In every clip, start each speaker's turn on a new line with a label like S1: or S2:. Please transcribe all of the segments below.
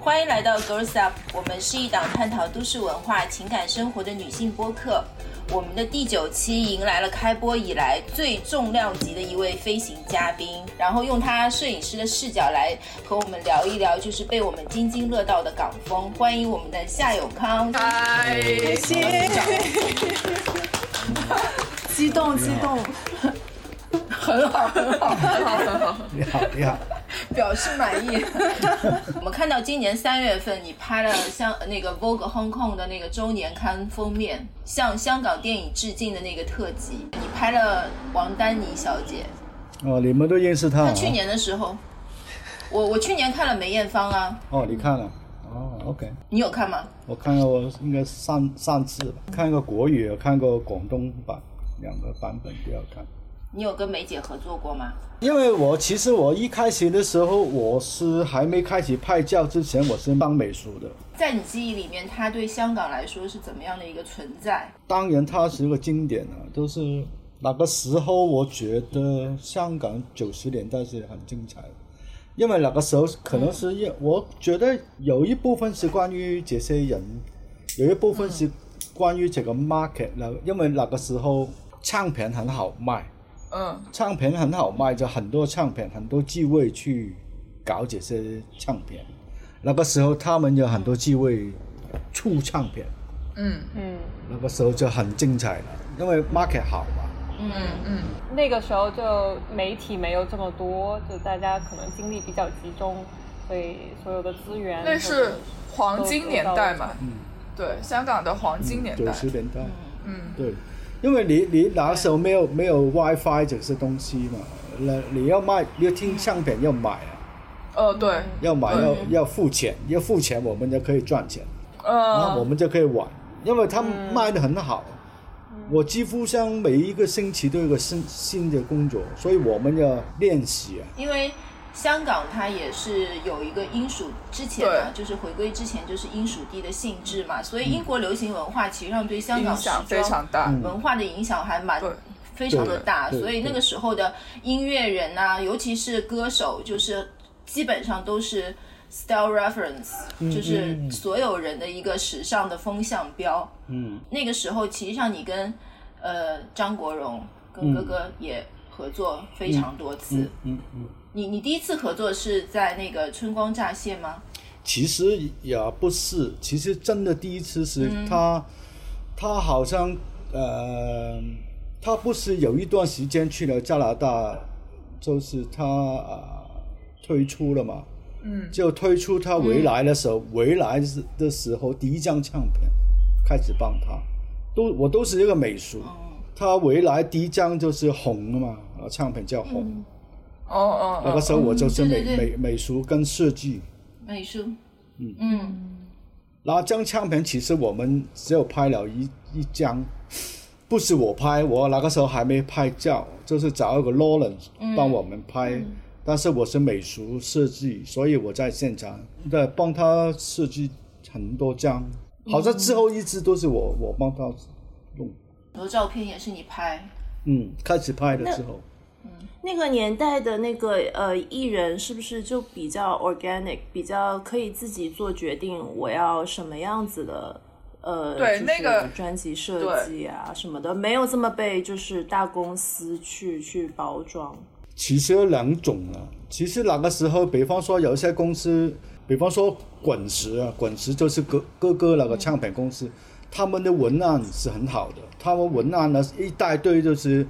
S1: 欢迎来到 Girls Up，我们是一档探讨都市文化、情感生活的女性播客。我们的第九期迎来了开播以来最重量级的一位飞行嘉宾，然后用他摄影师的视角来和我们聊一聊，就是被我们津津乐道的港风。欢迎我们的夏永康。
S2: 嗨，
S3: 谢激动激动，
S1: 很好，很好，很好，很好，
S4: 你好，你好，
S1: 表示满意。 我们看到今年三月份，你拍了像那个 Vogue Hong Kong 的那个周年刊封面，向香港电影致敬的那个特辑，你拍了王丹妮小姐。
S4: 哦，你们都认识他、啊？
S1: 她去年的时候，我我去年看了梅艳芳啊，
S4: 哦，你看了哦，OK，
S1: 你有看吗？
S4: 我看过，应该上上次吧，看过国语，看过广东版，两个版本都要看。
S1: 你有跟梅姐合作过吗？
S4: 因为我其实我一开始的时候，我是还没开始拍照之前，我是当美术的。
S1: 在你记忆里面，她对香港来说是怎么样的一个存在？
S4: 当然，它是一个经典啊，都是那个时候，我觉得香港九十年代是很精彩的，因为那个时候可能是因，我觉得有一部分是关于这些人，有一部分是关于这个 market 那、因为那个时候唱片很好卖，
S2: 嗯，
S4: 唱片很好卖，就很多唱片，很多机位去搞这些唱片。那个时候他们有很多机位出唱片，
S2: 嗯
S4: 那个时候就很精彩了，因为 market 好嘛。
S1: 嗯，
S2: 嗯，
S5: 那个时候就媒体没有这么多，就大家可能精力比较集中，所以所有的资源
S2: 那
S5: 或者
S2: 是黄金年代嘛，对，香港的黄金年
S4: 嗯九
S2: 代，
S4: 十年代，
S2: 嗯，
S4: 对，因为你你那时候没有没有 WiFi 这些东西嘛，那你要卖，你要听唱片要买啊，
S2: 呃，对，
S4: 要买
S2: 嗯
S4: 要要付钱，要付钱我们就可以赚钱。然后我
S2: 呃，
S4: 们就可以玩，因为他
S2: 嗯
S4: 们卖的很好。我几乎像每一个星期都有个新新的工作，所以我们要练习啊。
S1: 因为。香港它也是有一个英属之前嘛，就是回归之前就是英属地的性质嘛，所以英国流行文化其实上对香
S2: 嗯影
S1: 港时
S2: 响
S1: 装
S2: 非常大，
S4: 嗯
S1: 文化的影响还蛮
S2: 对
S1: 非常的大，
S4: 对对
S1: 所以那个时候的音乐人呐、尤其是歌手，就是基本上都是 style reference，、就是
S2: 嗯
S1: 所有人的一个时尚的风向标。
S4: 嗯，
S1: 那个时候，其实上你跟呃张国荣跟
S2: 嗯
S1: 哥哥也合作非常多次。
S4: 嗯嗯，
S1: 你你第一次合作是在那个《春光乍泄》吗？
S4: 其实也不是，其实真的第一次是
S1: 嗯
S4: 他，他好像呃，他不是有一段时间去了加拿大，就是他呃退出了嘛，
S2: 嗯，
S4: 就推出他回来的时候，
S1: 嗯
S4: 回来的时候第一张唱片开始帮他，都我都是一个美术，
S1: 哦
S4: 他回来第一张就是红的嘛，啊，唱片叫红，
S2: 哦哦，
S4: 那个时候我就是美、
S1: 嗯对对对
S4: 美美术跟设计，
S1: 美术。嗯嗯
S4: 那张唱片其实我们只有拍了一一张，不是我拍，我那个时候还没拍照，就是找一个 Lawrence 帮我们拍，但是我是美术设计，所以我在现场对帮他设计很多张，好像之后一直都是我我帮他弄，
S1: 很多照片也是你拍。
S4: 嗯，开始拍了之后，
S3: 那个年代的那个呃艺人是不是就比较 organic，比较可以自己做决定，我要什么样子的呃
S2: 对
S3: 就是
S2: 那个
S3: 专辑设计啊什么的，没有这么被就是大公司去去包装。
S4: 其实有两种啊，其实那个时候，比方说有一些公司，比方说滚石啊，滚石就是哥哥哥那个唱片公司，他们的文案是很好的，他们文案呢一大堆就是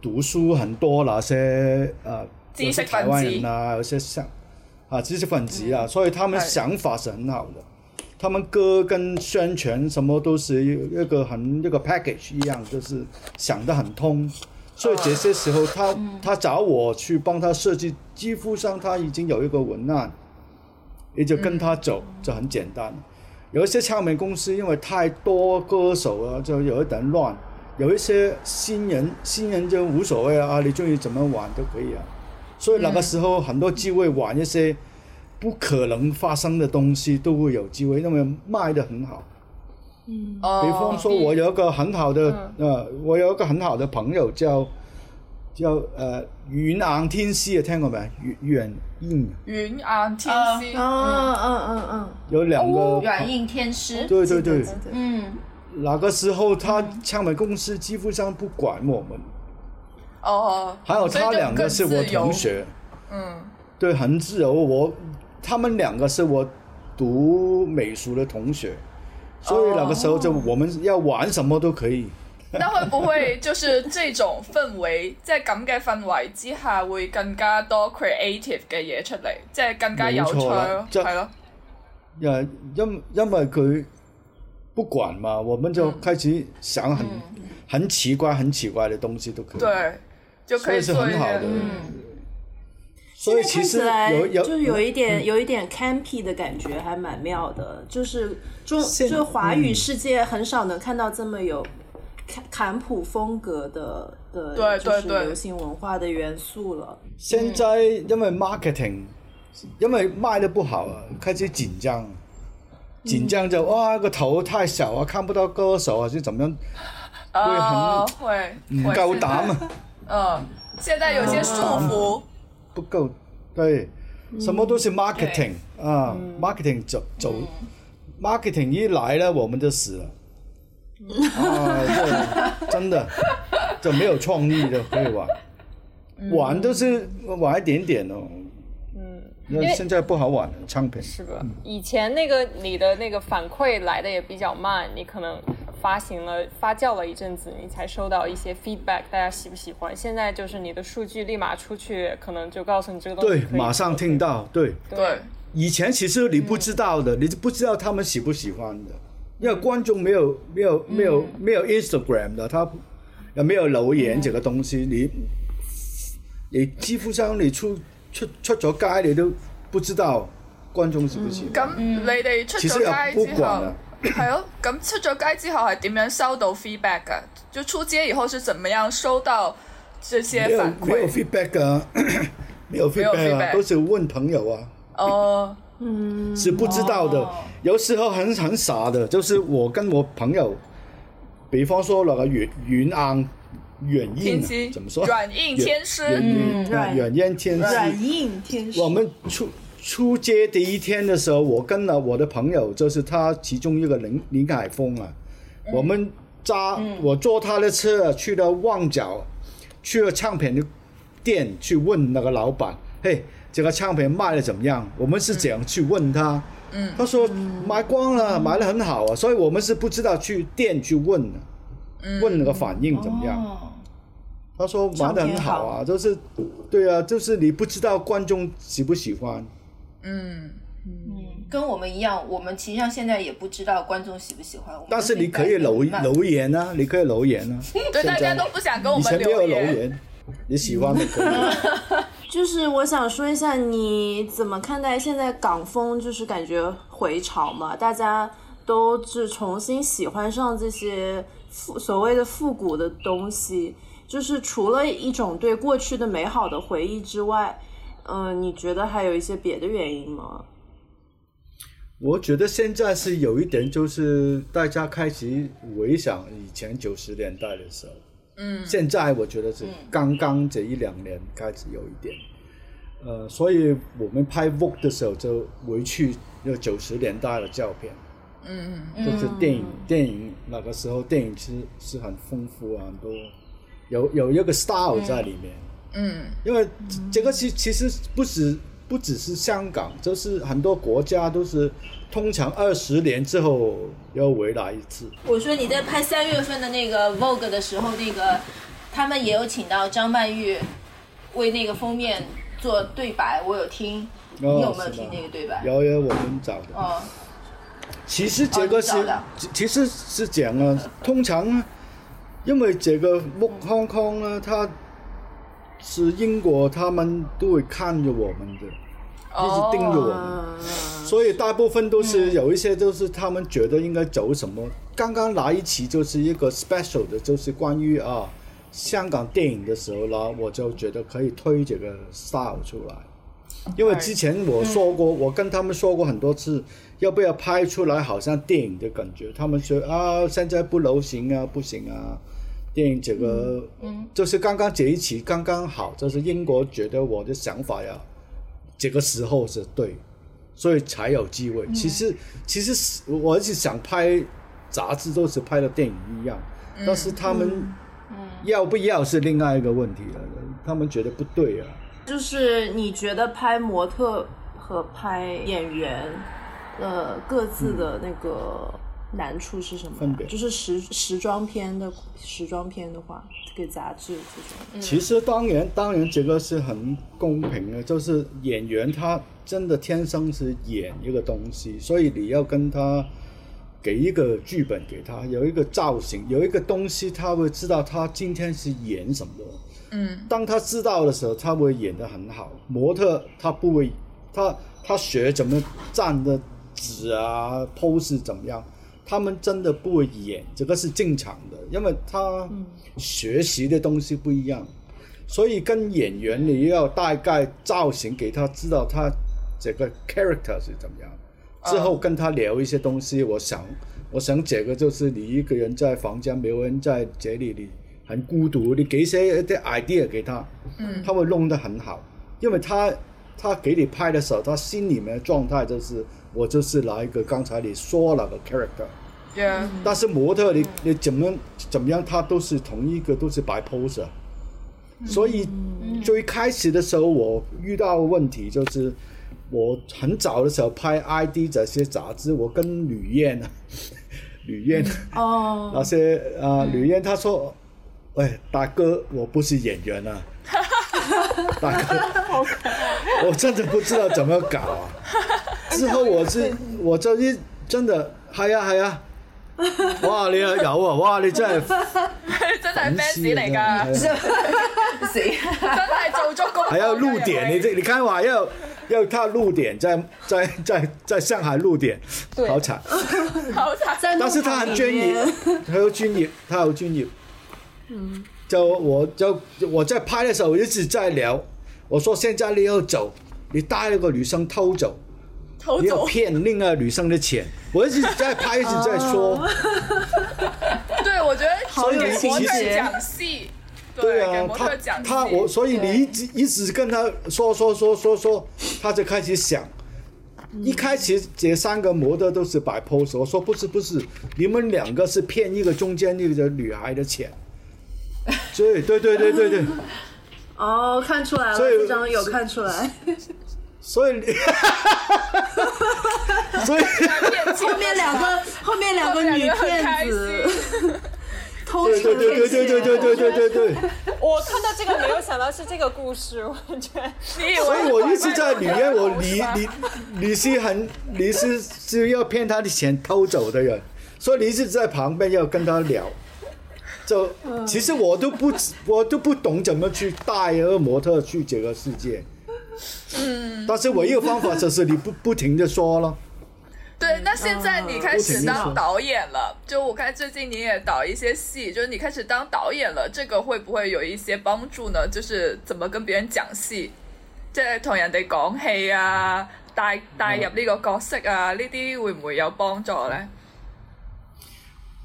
S4: 读书很多那些呃，
S2: 知
S4: 有
S2: 識分子
S4: 些台湾人啊，有些像啊知识分子
S2: 嗯
S4: 啊，所以他们
S2: 是
S4: 想法是很好的。他们歌跟宣传什么都是一个很一个 package 一样，就是想得很通。所以这些时候他、他找我去帮他设计，几乎上他已经有一个文案，也就跟他走、就很简单。有一些唱片公司因为太多歌手了，就有一点乱。有一些新人，新人就无所谓啊，你中意怎么玩都可以啊。所以那个时候很多机会玩一些不可能发生的东西都会有机会，因为卖得很好。
S2: 哦，
S4: 呃比方说，我有一个很好的、呃，我有一个很好的朋友叫叫誒、呃、遠硬天師啊，聽過未？軟軟硬
S2: 云昂天
S5: 哦
S3: 嗯
S5: 啊
S2: 星，
S3: 嗯嗯嗯
S4: 有兩個、
S2: 哦
S1: 软硬天师，
S4: 对对对，
S3: 对
S1: 嗯，
S4: 那个时候他唱片公司基本上不管我们，
S2: 哦，
S4: 还有
S2: 所以
S4: 他
S2: 就
S4: 两个
S2: 更
S4: 是我
S2: 自由
S4: 同，学，
S2: 嗯，
S4: 对，很自由。我他们两个是我读美术的同学，所以那个时候就
S2: 哦
S4: 我们要玩什么都可以。
S2: 那會唔會就是這種氛圍，即係咁嘅氛圍之下，會更加多 creative 嘅嘢出嚟，即係更加有趣
S4: 冇錯啦
S2: 咯，
S4: 即係
S2: 係咯，
S4: 呃，因因为佢不管嘛，我们
S3: 嗯
S4: 就开始想很、很奇怪、很奇怪的东西都可以。，
S2: 對，就可
S4: 所以
S2: 以
S4: 是
S2: 做一嗯
S4: 很好
S2: 些
S4: 的。
S3: 现
S4: 所
S3: 嗯在
S4: 以其
S3: 看起
S4: 实
S3: 来
S4: 有嗯有
S3: 就有一点有一点 campy 的感觉，还蛮妙的。就是中
S4: 现嗯
S3: 就华语世界很少能看到这么有坎坎普风格的的，
S2: 对
S3: 就是
S2: 对对
S3: 流行文化的元素了。嗯
S4: 现在因为 marketing，因为卖的不好啊，开始紧张，
S3: 嗯
S4: 紧张就哇个头太小啊，看不到歌手啊，就怎么样
S2: 啊，会
S4: 唔
S2: 会
S4: 够
S2: 是
S4: 胆
S2: 的
S4: 啊，
S2: 嗯，現在有些束縛，
S4: 不够对，
S5: 嗯
S4: 什么都是 marketing 啊，marketing 走走，marketing 一来呢，我们就死了。
S5: 嗯
S4: 啊，对，真的就没有创意的可以玩，
S5: 嗯
S4: 玩都是玩一点点哦。嗯，
S5: 因
S4: 那
S5: 为
S4: 现在不好玩了，唱片。
S5: 是吧？以前那个你的那个反馈来的也比较慢，你可能发行了发酵了一阵子，你才收到一些 feedback，大家喜不喜欢？现在就是你的数据立马出去，可能就告诉你这个东西
S4: 对
S5: 可，以
S4: 马上听到。对，
S2: 對，
S4: 以前其实你不知道
S2: 嗯
S4: 的，你就不知道他们喜不喜欢的，因为观众没有没有没
S2: 嗯
S4: 有、没有 Instagram 的，他也没有留言这个东
S2: 嗯
S4: 西，你你几乎上你出出出咗街，你都不知道观众喜不喜欢。
S2: 咁你哋嗯出
S4: 其實
S2: 咗
S4: 有
S2: 街
S4: 不
S2: 之
S4: 管
S2: 後
S4: 啊，
S2: 係咯，咁出咗街之後係點樣收到 feedback 噶？就出街以後是怎麼樣收到這
S4: 没
S2: 些
S4: 有
S2: 反
S4: 没有
S2: 饋？
S4: feedback 啊， 没有 feedback 啊，
S2: feedback
S4: 都是问朋友啊。
S2: 哦，
S4: 是不知道的。有时候很很傻的，就是我跟我朋友，比方说那个远远硬远
S2: 天
S4: 硬啊
S2: 机
S4: 怎么说？
S2: 软硬天师
S4: 远
S3: 嗯
S4: 硬啊
S3: 软
S4: 软硬天
S3: 软
S4: 师。
S3: 硬天使，
S4: 我们出出街第一天的时候，我跟了我的朋友，就是他其中一个林林海峰啊，
S3: 嗯
S4: 我们扎我坐他的车啊去了旺角，去了唱片的店去问那个老板，嘿，这个唱片卖的怎么样？我们是这样去问他，嗯，他说卖光了，
S3: 嗯
S4: 卖的很好啊，所以我们是不知道去店去问的，
S3: 嗯
S4: 问那个反应怎么样？
S1: 哦
S4: 他说玩的很好啊，就是，对啊，就是你不知道观众喜不喜欢，
S2: 嗯，
S1: 嗯，跟我们一样，我们其实上现在也不知道观众喜不喜欢我们。
S4: 但是你可以留
S1: 慢
S4: 留言啊，你可以留言啊。
S2: 對，
S4: 现
S2: 大家
S4: 在
S2: 都不想跟我
S4: 以前
S2: 們
S4: 没有
S2: 留
S4: 留
S2: 言。
S4: 言，你喜欢的可以。
S3: 就是我想说一下，你怎么看待现在港风？就是感觉回潮嘛，大家都是重新喜欢上这些复所谓的复古的东西。就是除了一种对过去的美好的回忆之外，嗯、你觉得还有一些别的原因吗？
S4: 我觉得现在是有一点，就是大家开始回想以前九十年代的时候，嗯，现在我觉得是刚刚这一两年开始有一点，呃，所以我们拍 Vogue 的时候就回去有九十年代的照片，
S2: 嗯，
S4: 就是电影、电影那个时候电影是是很丰富啊，很多有有一个 style 在里面，
S2: 嗯，
S4: 因为这个其其实不止不只是香港，就是很多国家都是通常二十年之后要回来一次。
S1: 我说你在拍三月份的那个 Vogue 的时候，那个他们也有请到张曼玉为那个封面做对白，我有听，你
S4: 哦
S1: 有没有
S4: 是
S1: 听
S4: 吧
S1: 那个对白？
S4: 有有我们找的，
S1: 哦，
S4: 其实这个是、
S1: 哦你找的
S4: 其其实是这样啊，通常因为这个 w o k Hong Kong 呢，它是英国，他们都会看着我们的，一直盯着我们。
S3: 嗯，
S4: 所以大部分都是有一些都是他们觉得应该走什么。刚刚来一期就是一个 special 的，就是关于啊香港电影的时候呢，我就觉得可以推这个 style 出来。因为之前我说过，我跟他们说过很多次，要不要拍出来好像电影的感觉？他们说啊，现在不流行啊，不行啊。电影这个，
S1: 嗯，
S4: 就是刚刚这一期刚刚好，就是英国觉得我的想法呀，这个时候是对，所以才有机会。其实其实是我一直想拍杂志，都是拍的电影一样，但是他们要不要是另外一个问题了，他们觉得不对啊。
S3: 就是你觉得拍模特和拍演员，呃，各自的那个难处是什么呀？
S4: 分别
S3: 就是时时装片的时装片的话，给杂志
S1: 嗯
S3: 这种，
S4: 其实当然，当然这个是很公平的，就是演员他真的天生是演一个东西，所以你要跟他给一个剧本给他，有一个造型，有一个东西，他会知道他今天是演什么。
S2: 嗯，
S4: 当他知道的时候，他会演得很好。模特他不会，他他学怎么站的直啊，pose 怎么样，他们真的不会演，这个是正常的，因为他学习的东西不一样，所以跟演员你要大概造型给他知道他这个 character 是怎么样，之后跟他聊一些东西，我想。我想这个就是你一个人在房间，没有人在这里，你很孤独，你给一些一啲 idea 给他，
S2: 嗯，
S4: 他会弄得很好，因为他他给你拍的时候，他心里面的状态就是我就是来一个刚才你说了的 character，
S2: yeah，
S4: 但是模特你你怎么怎么样，他都是同一个，都是摆 pose，啊所以最开始的时候我遇到的问题就是。我很早的时候拍 ID 这些杂志，我跟吕燕啊， 吕燕，
S3: 哦，
S4: 那些啊，吕燕她说：“喂，大哥，我不是演员啊，大哥，我真的不知道怎么搞啊。”之后我是我就一真的係啊係啊，哇你又有啊，哇你真係
S2: 真係
S4: 粉
S2: fans
S4: 絲
S2: 嚟
S4: 啊
S2: 㗎，
S4: 真係
S1: 谁？
S2: 真係做足功課㗎。
S4: 还要啊露点，你
S2: 人哋
S4: 这你看哇，要要他露点，在在在在上海露点，
S5: 对
S4: 好 惨。
S2: 好慘
S3: 在
S4: 但是
S3: 弄
S4: 他
S3: 堂
S4: 很
S3: 里
S4: 专业
S3: 面，
S4: 他有专业，他有专业。嗯，就我就我在拍的时候一直在聊，我说现在你要走，你带那个女生偷走，
S2: 偷
S4: 你要
S2: 走。
S4: 骗另外女生的钱，我一直在拍，一直在说。
S2: 对，我觉得
S3: 好有
S2: 给模
S4: 情
S2: 特
S3: 节
S2: 讲戏，
S4: 对
S2: 给
S4: 啊，
S2: 模特
S4: 他
S2: 讲戏。
S4: 他我，所以你一直一直跟他说说说说说，他就开始想。一开始这三个模特都是摆 pose，我说不是不是，你们两个是骗一个中间那个女孩 的钱。对对对对对对，
S3: 哦，看出来了，
S4: 所以
S3: 这张有看出来，
S4: 所以所以
S3: 后面两个后面两个女骗子偷
S4: 对对对对对对对对对对对，
S5: 我看到这个没有想到是这个故事，我觉 得
S2: 你以
S4: 所
S2: 为
S4: 以我一直在
S2: 里
S4: 里面，我你你你是很你是是要骗他的钱偷走的人，所以你一直在旁边要跟他聊。就
S2: 嗯
S4: 其实我都不我都不懂怎么去带一个模特去这个世界。嗯，但是唯一的方法就是你不不停的说了，
S2: 对，那现在
S3: 啊
S2: 你开始
S4: 不
S2: 当
S4: 行
S2: 导演了，就我看最近你也导一些戏，就是你开始当导演了，这个会不会有一些帮助呢？就是怎么跟别人讲戏，即係同人哋講戲啊，帶帶入呢個角色啊，呢啲會唔會有幫助呢？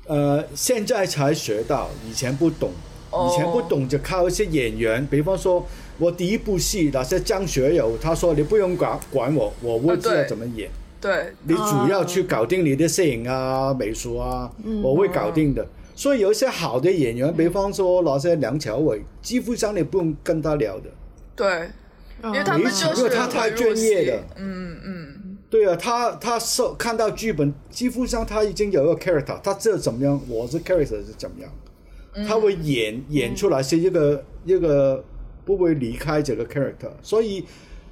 S4: 呃，现在才学到，以前不懂，
S2: 哦
S4: 以前不懂就靠一些演员，比方说，我第一部戏那些张学友，他说你不用管管我，我会
S2: 啊
S4: 知道
S2: 对
S4: 怎么演。
S2: 對，
S4: 你主要去搞定你的摄影啊、美术啊，我会搞定的。所以有一些好的演员，比方说那些梁朝伟，几乎上你不用跟他聊的，
S2: 對，
S3: 啊
S2: 因為他
S4: 没
S2: 們
S4: 事
S2: 就，
S4: 因
S2: 是
S4: 为他太
S2: 會入
S4: 专业
S2: 戲
S4: 了。
S2: 嗯嗯，
S4: 对啊，他他受看到剧本，几乎上他已经有一个 character，他知道怎么样，我是 character 是怎么样，他会演、演出来是一个一个不会离开这个 character，所以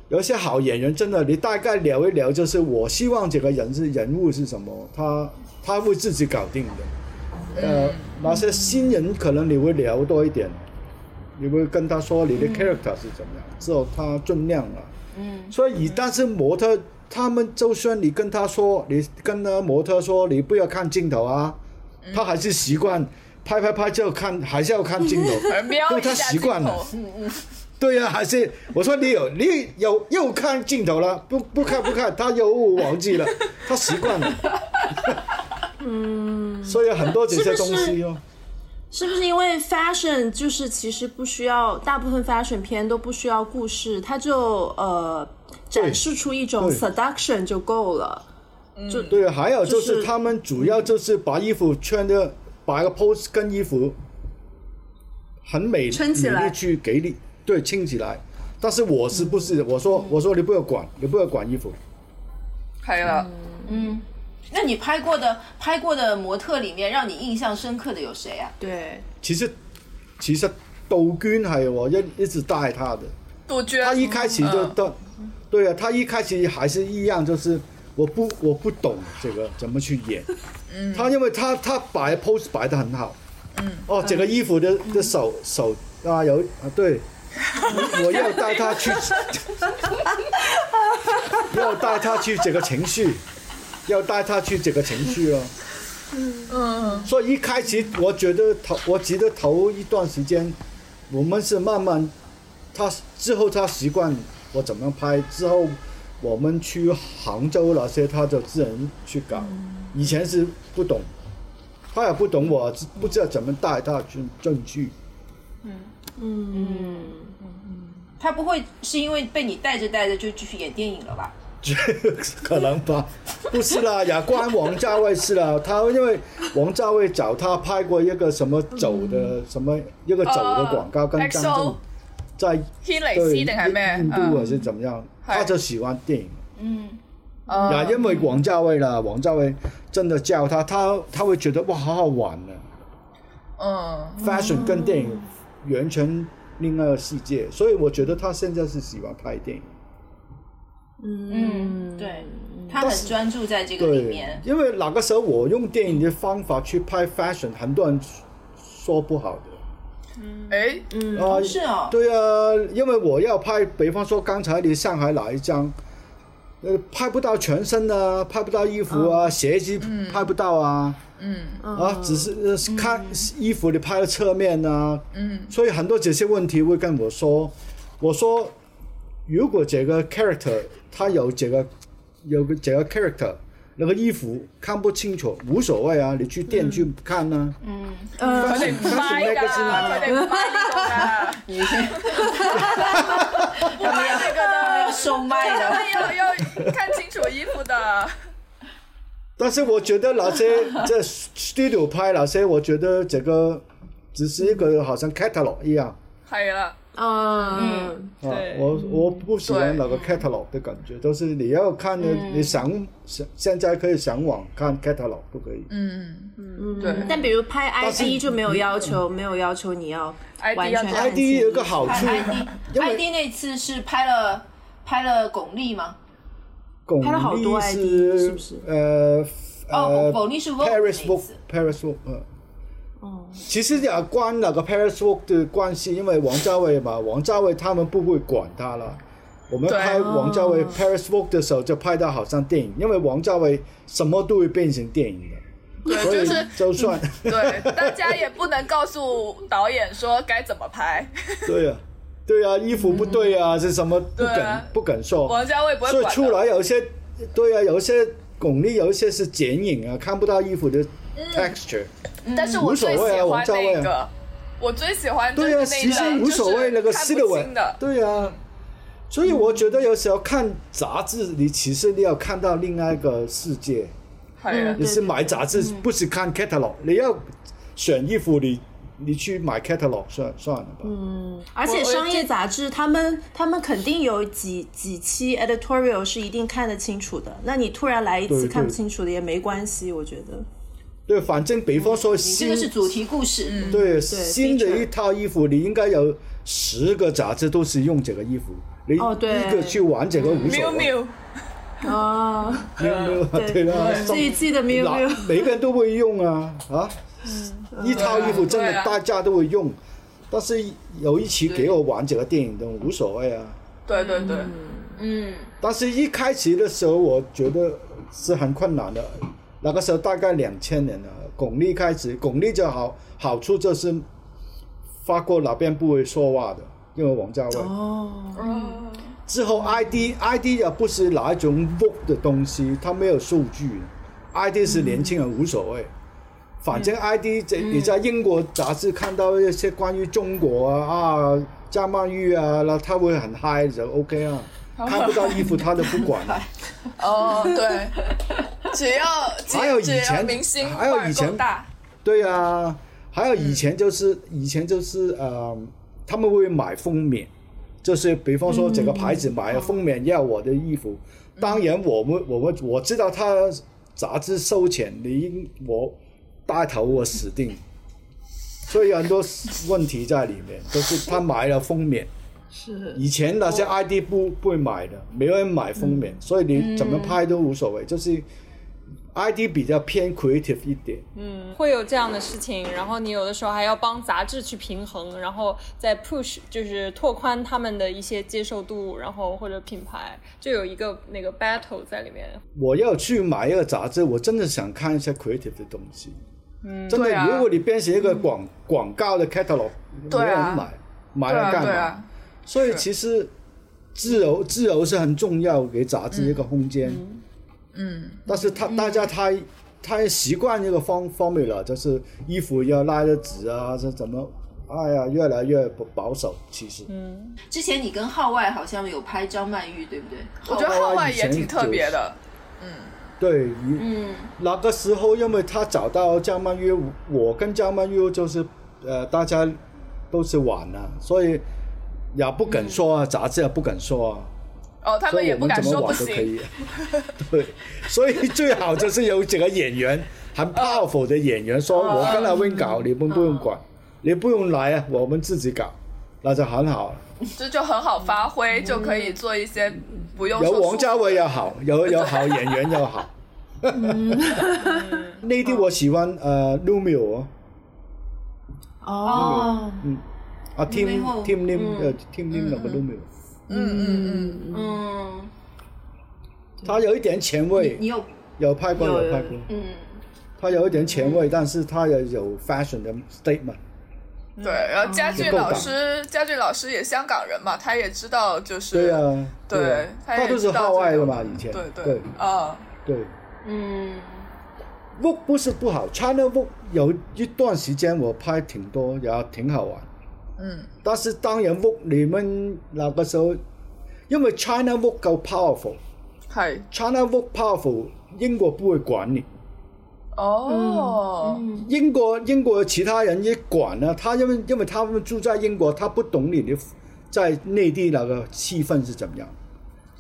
S4: 有些好演员真的，你大概聊一聊，就是我希望这个人是人物是什么，他他会自己搞定的。呃，那些新人可能你会聊多一点，你会跟他说你的
S2: 嗯
S4: character 是怎么样，之后他尽量了、所以，但是模特他们就算你跟他说，你跟那模特说你不要看镜头啊，
S2: 嗯
S4: 他还是习惯拍拍拍就看， 还是要看镜头，
S2: 瞄
S4: 因为
S2: 一下
S4: 他习惯
S2: 鏡
S4: 了
S2: 頭。
S4: 对啊呀、还是我说你有你有又看镜头了，不不看不看，他又忘记了，他习惯了。嗯，所以很多这些东西哦，
S3: 是不是因为 fashion 就是其实不需要，大部分 fashion 片都不需要故事，它就呃展示出一种
S4: 对
S3: seduction 就够了。就
S4: 对，还有就
S3: 就是
S4: 是他们主要就是把衣服穿的，把个 pose 跟衣服很美
S3: 撑起来
S4: 努力去给你对撑起来。但是我是不
S3: 嗯
S4: 是我说我说你不要管，你不要管衣服，
S2: 可以了。
S3: 嗯
S1: 那你拍过的拍过的模特里面，让你印象深刻的有谁啊？
S3: 对，
S4: 其实其实杜鹃系我一一直带她的，
S2: 杜鹃，
S4: 她一开始就
S2: 嗯
S4: 到，对啊，她一开始还是一样，就是我不我不懂这个怎么去演，嗯，她因为她她摆 pose 摆得很好，嗯，哦，这个衣服的的手手啊有啊对，我我要带她去，要带她去这个情绪，要带她去这个情绪哦。
S2: 嗯，
S4: 所以一开始我觉得头，我觉得头一段时间，我们是慢慢，他之后他习惯我怎么样拍，之后我们去杭州那些他就自然去搞，以前是不懂，他也不懂我，不知道怎么带他去进去。
S3: 嗯，
S1: 他不会是因为被你带着带着就继续演电影了吧？
S4: 可能吧，不是啦，也关王家卫事啦。他因为王家卫找他拍过一个什么酒的、什么一个酒的广告，跟张震
S2: XO
S4: 在
S2: 天雷斯
S4: 对
S2: 定係咩？
S4: 印度還
S2: 嗯
S4: 是怎麼樣？
S2: 係
S4: 他就喜歡電影，
S1: 嗯，
S4: 也
S2: 嗯
S4: 因為王家衛啦，王家衛真的教他，他他會覺得哇，好好玩啊
S2: 嗯，
S4: ！Fashion 跟電影完全另外一個世界，所以我覺得他現在是喜歡拍電影。
S1: 嗯，对，他很专注在这个里
S4: 对
S1: 面，。
S4: 因為那個時候我用電影的方法去拍 fashion，很多人說不好的。
S2: 诶，
S4: 啊、
S1: 是哦
S4: 对啊，因为我要拍，比方说刚才你上海哪一张，呃，拍不到全身啊，拍不到衣服
S1: 哦
S4: 啊，鞋子拍不到啊，
S2: 嗯
S4: 啊，只是呃看衣服你拍到侧面啊，
S2: 嗯
S4: 所以很多这些问题会跟我说，我说如果这个 character 他有这个有个这个 character。那个衣服看不清楚，无所谓啊，你去店去看啊。
S2: 嗯佢哋唔買㗎，佢哋唔買呢個㗎，
S1: 他们要他们要售卖
S2: 他
S1: 的，
S2: 們要要看清楚衣服的。
S4: 但是我觉得那些在 studio 拍那些，我觉得这个只是一个好像 catalog 一样。
S2: 係啦，
S3: 嗯，
S4: 啊
S5: 对，
S4: 我我不喜欢那个 catalog 的感觉，都是你要看的，
S1: 嗯
S4: 你想想现在可以上网看 catalog 都可以。
S2: 嗯嗯，
S3: 嗯
S2: 對
S3: 但比如拍
S4: 是
S3: ID 就没
S4: 嗯
S3: 有要求，没有要求你要
S2: ID
S3: 完
S2: 要
S3: 全
S2: 做
S3: 看
S4: ID
S3: 清
S4: 有一个好
S1: 拍
S4: 处，
S1: ID
S4: 因
S1: ID
S4: 为
S1: 那次是拍了拍了巩俐吗？
S4: 巩
S3: 拍了好多
S4: 俐
S3: ID 是不是
S4: 呃
S1: 哦，
S4: 呃
S1: 巩俐是 Vogue 那
S4: Paris
S1: 一
S4: Walk
S1: 次，哦
S4: Paris Walk 呃。其实也关那个 Paris Walk 的关系，因为王家卫嘛，王家卫他们不会管他了。我们
S2: 对
S4: 拍
S1: 哦
S4: 王家卫 Paris Walk 的时候，就拍到好像电影，因为王家卫什么都会变成电影的，所
S2: 對，
S4: 以
S2: 就是
S4: 就算
S2: 對，大家也不能告訴導演說該怎麼拍，
S4: 对啊，对啊，衣服不对啊，是什么不
S2: 嗯对
S4: 肯
S2: 啊
S4: 不肯说，
S2: 王家衛不會
S4: 哦所以
S2: 管啊
S4: 出
S2: 的。
S4: 来有一些，对啊，有一些巩俐有一些是剪影啊，看不到衣服的
S2: 嗯
S4: texture。
S2: 但是我最喜
S4: 無所謂啊
S2: 歡
S4: 王家
S2: 那
S4: 衛
S2: 個，我最喜歡就是
S4: 对
S2: 那
S4: 啊，
S2: 一
S4: 其实
S2: 類
S4: 无所谓那
S2: 就
S4: 个
S2: 是
S4: s
S2: 看
S4: i l
S2: 不
S4: h
S2: 清的。
S4: 对啊。所以我觉得有时候看杂志，你其实你要看到另外一个世界。
S2: 係啊
S4: 你是买杂志，不是看 catalog，你要选衣服，你你去买 catalog 算算了吧。
S2: 嗯
S3: 而且商业杂志，他们他们肯定有几几期 editorial 是一定看得清楚的。那你突然来一
S4: 对
S3: 次
S4: 对
S3: 看不清楚的也没关系，我觉得。
S4: 对，反正比方
S2: 嗯
S4: 说
S1: 你这个
S4: 新
S1: 是主题故事，
S4: 嗯对新的
S3: feature
S4: 一套衣服，你应该有十个杂志都是用这个衣服，你
S3: 哦对
S4: 一个去玩这个无所
S2: 喵
S4: 谓。
S2: 喵，
S3: 哦，
S4: 没有没有，对啦，送
S3: 这一季的 Miu
S4: 哪
S3: Miu，
S4: 每个人都会用啊啊！一套衣服真的
S2: 对啊
S4: 大家都会用，但是有一起给我玩这个电影都无所谓啊。
S2: 對對對，
S1: 嗯，
S4: 但是一开始的时候，我觉得是很困难的。那个时候大概两千年了，巩俐开始，巩俐就好好处就是法国那边不会说话的，因为王家卫。
S2: 嗯
S4: 之后 ID ID 也不是哪一种 book 的东西，它没有数据，ID 是年轻人无所谓。反正 ID 这你在英国杂志看到一些关于中国啊啊张曼玉啊，那他会很嗨就 OK 啊，看不到衣服他都不管。
S2: 哦， 对，只要只
S4: 还有以
S2: 只要
S4: 前
S2: 明星
S4: 还有
S2: 腕儿
S4: 以
S2: 够
S4: 前
S2: 大，
S4: 对啊，还有以前就是、以前就是呃，他们会买封面，就是比方说整个牌子买了封面要我的衣服，当然我们我们我知道他杂志收钱，你应我大头我死定，所以很多问题在里面，就是他买了封面。
S3: 是
S4: 以前那些 ID 不不会买的，没有人买封面，所以你怎么拍都无所谓，就是 ID 比较偏 creative 一点。
S5: 嗯，会有这样的事情，然后你有的时候还要帮杂志去平衡，然后再 push 就是拓宽他们的一些接受度，然后或者品牌，就有一个那个 battle 在里面。
S4: 我要去买一个杂志，我真的想看一下 creative 的东西。嗯，真
S2: 对
S4: 的，
S2: 啊嗯
S4: 如果你编写一个广、广告的 catalog，没
S2: 对
S4: 有人
S2: 啊
S4: 买，买
S2: 对
S4: 了
S2: 啊
S4: 干嘛？
S2: 对啊，
S4: 所以
S2: 是嗯
S4: 其实自由自由是很重要，给杂志一个空间。嗯，但是
S2: 嗯
S4: 他大家太太习惯这个方方面了，就是衣服要拉得直啊，这怎么？哎呀，越来越不保守。其实，
S1: 之前你跟号外好像有拍张曼玉，对不对？
S2: 我觉得
S4: 号
S2: 号
S4: 外
S2: 外
S4: 啊以
S2: 也
S4: 前
S2: 挺特
S4: 就
S2: 别
S4: 是
S2: 的，
S4: 对，嗯，那个时候因为他找到张曼玉，我跟张曼玉就是呃，大家都是玩啊，所以也不敢说啊，杂志也不敢说啊，
S2: 哦，他
S4: 所
S2: 们
S4: 以
S2: 也
S4: 我
S2: 不
S4: 们
S2: 敢
S4: 怎么
S2: 说不
S4: 玩都可
S2: 行，
S4: 以。对，所以 最好就是有几个演员很 powerful 的演员说，
S2: 哦
S4: 我跟阿 Win 搞，你们不用管，你不用来啊，我们自己搞，那就很好了。
S2: 这就很好发挥，就可以做一些不用
S4: 嗯有
S2: 说
S4: 王
S2: 出
S4: 家卫也好，有有好演员也好。
S2: 嗯
S4: 内地我喜欢呃 Lumio 啊
S3: 哦，
S1: 哦，
S4: 啊 Team
S1: Lumio
S4: Team
S2: 嗯
S4: Lim 呃 Team Lim 那个 Lumio，
S2: 嗯嗯嗯，
S1: 嗯，
S4: 他有一点前卫
S1: 你，有
S4: 有拍过
S3: 有
S4: 有拍
S3: 有
S4: 过，
S1: 嗯，
S4: 他有一点前卫，但是他也有 fashion 的 statement。
S2: 对。然后家
S4: 嗯也
S2: 俊
S4: 够
S2: 老
S4: 大
S2: 师，家俊老师也香港人嘛，他也知道就是
S4: 对啊，
S2: 对
S4: 啊
S2: 他
S4: 他
S2: 也
S4: 都是
S2: 知道
S4: 号外
S2: 这
S4: 的
S2: 个
S4: 嘛，以前
S2: 对
S4: 对
S2: 啊，
S4: 对。
S1: 嗯，
S4: Vogue 不是不好，China Vogue 有一段时间我拍挺多，也挺好玩。
S2: 嗯，
S4: 但是当然 Vogue 你们那个时候，因为 China Vogue 够 powerful，China
S2: 系
S4: Vogue powerful，英国不会管你。
S2: 哦，
S4: 英国英国其他人也管了、他因为因为他们住在英国，他不懂你的在内地那个气氛是怎么样。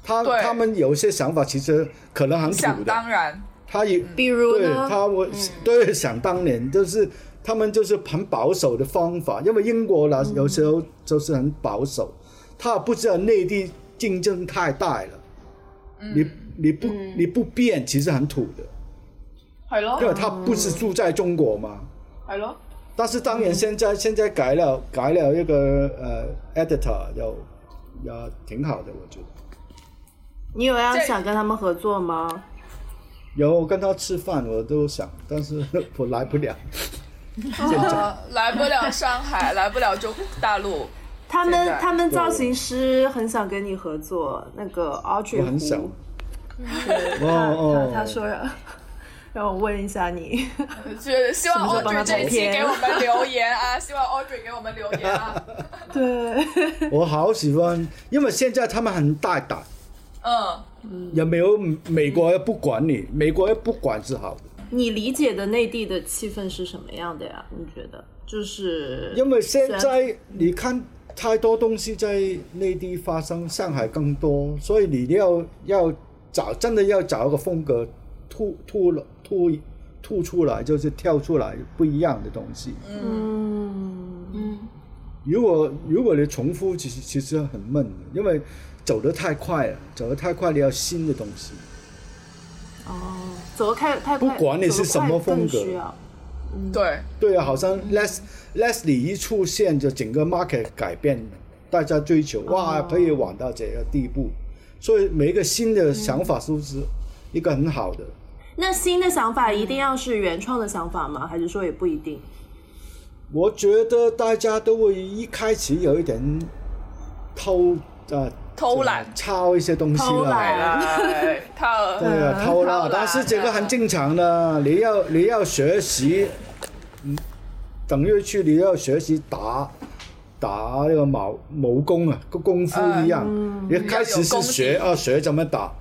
S4: 他
S2: 对
S4: 他们有些想法其实可能很
S2: 想
S4: 土的，
S2: 当然，嗯
S4: 他也
S3: 比如
S4: 对
S3: 呢？
S4: 他我、对想当年就是他们就是很保守的方法，因为英国呢
S2: 嗯
S4: 有时候就是很保守，他不知道内地竞争太大了，
S2: 嗯
S4: 你你不、你不变其实很土的，
S2: 系咯
S4: 因为他不是住在中国嘛。
S2: 哦系咯，嗯
S4: 但是当然现在、现在改了改了一个呃 editor 又也挺好的，我觉得。
S3: 你有要
S2: 这
S3: 想跟他们合作吗？
S4: 有跟他吃饭我都想，但是 我来不了。
S2: 啊 来不了上海，来不了中大陆，
S3: 他
S2: 现
S3: 们
S2: 在
S3: 他们造型师很想跟你合作，那个 Audrey
S4: 我很想
S3: 胡
S4: 哦哦，
S3: 嗯他说让让我问一下你，
S2: 就是希望
S3: 什么时候帮他
S2: Audrey 这一期
S3: 拍片
S2: 给我们留言 啊，希望 Audrey 给我们留言啊，
S3: 对，
S4: 我好喜欢，因为现在他们很大胆，
S2: 嗯。
S4: 也没有美国也不管你，美国也不管是好的，
S3: 你理解的内地的气氛是什么样的呀？你觉得就是啊
S4: 因为现在你看太多东西在内地发生，上海更多，所以你要要找真的要找一个风格突突了突突出来，就是跳出来不一样的东西。
S3: 嗯
S4: 如果如果你重复，其实其实很闷的，因为走得太快了，走得太快，你要新的东西。
S3: 哦，走得太太
S4: 不
S3: 快
S4: 管你是什么风格
S3: 走得快更需要
S2: 对，
S4: 对啊，好像 Les、Leslie 一出现，就整个 market 改变，大家追求哇，可以玩到这个地步，所以每一个新的想法是不是一个很好的？
S3: 那新的想法一定要是原创的想法吗？还是说也不一定？
S4: 我觉得大家都会一开始有一点偷呃
S2: 偷懒
S4: 怎么抄一些东西
S3: 偷
S4: 啦
S3: 懒。
S2: 来，他
S4: 对啊，偷
S2: 偷
S4: 啦
S2: 懒，
S4: 但是这个很正常的，你要你要学习等于去你要学习打打那个毛武功啊，跟功夫一样。你开始是学啊学怎么打，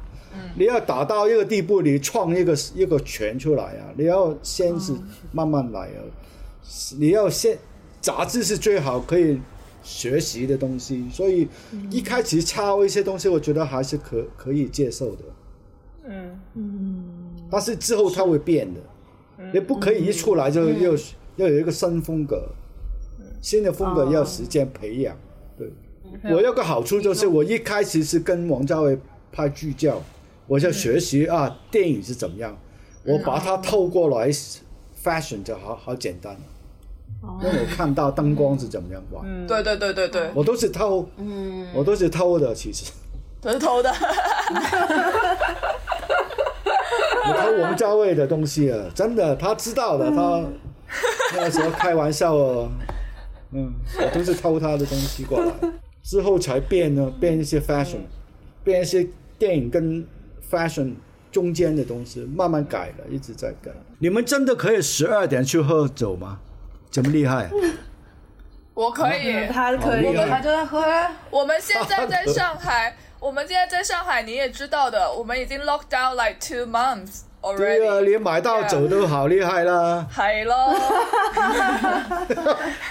S4: 你要打到一个地步，你创一个一个拳出来啊，你要先是慢慢来啊，你要先杂志是最好可以。学习的东西，所以一开始抄一些东西，我觉得还是可可以接受的。
S5: 嗯，
S4: 但是之后它会变的，你不可以一出来就要、要有一个新风格，新的风格要时间培养。对，我有个好处就是我一开始是跟王家卫拍剧照，我就学习、啊电影是怎么样，我把它透过来 fashion 就好好简单了，因为我看到灯光是怎么样玩，
S2: 对对对对对，
S4: 我都是偷，我都是偷的其实。
S2: 都是偷的。
S4: 我偷王家卫的东西啊，真的，他知道的，他那个时候开玩笑哦，嗯，我都是偷他的东西过来，之后才变呢，变一些 fashion，变一些电影跟 fashion 中间的东西，慢慢改了，一直在改。你们真的可以十二点去喝酒吗？这么厉害？啊
S2: 我可以，
S3: 他可以
S4: 好厉害
S1: 还都在喝啊，
S2: 我们现在在上海，我们现在在上海，你也知道的，我们已经 lock down like two months
S4: 对啊，
S2: already。
S4: 你买到酒都好厉害啦，
S2: 系咯，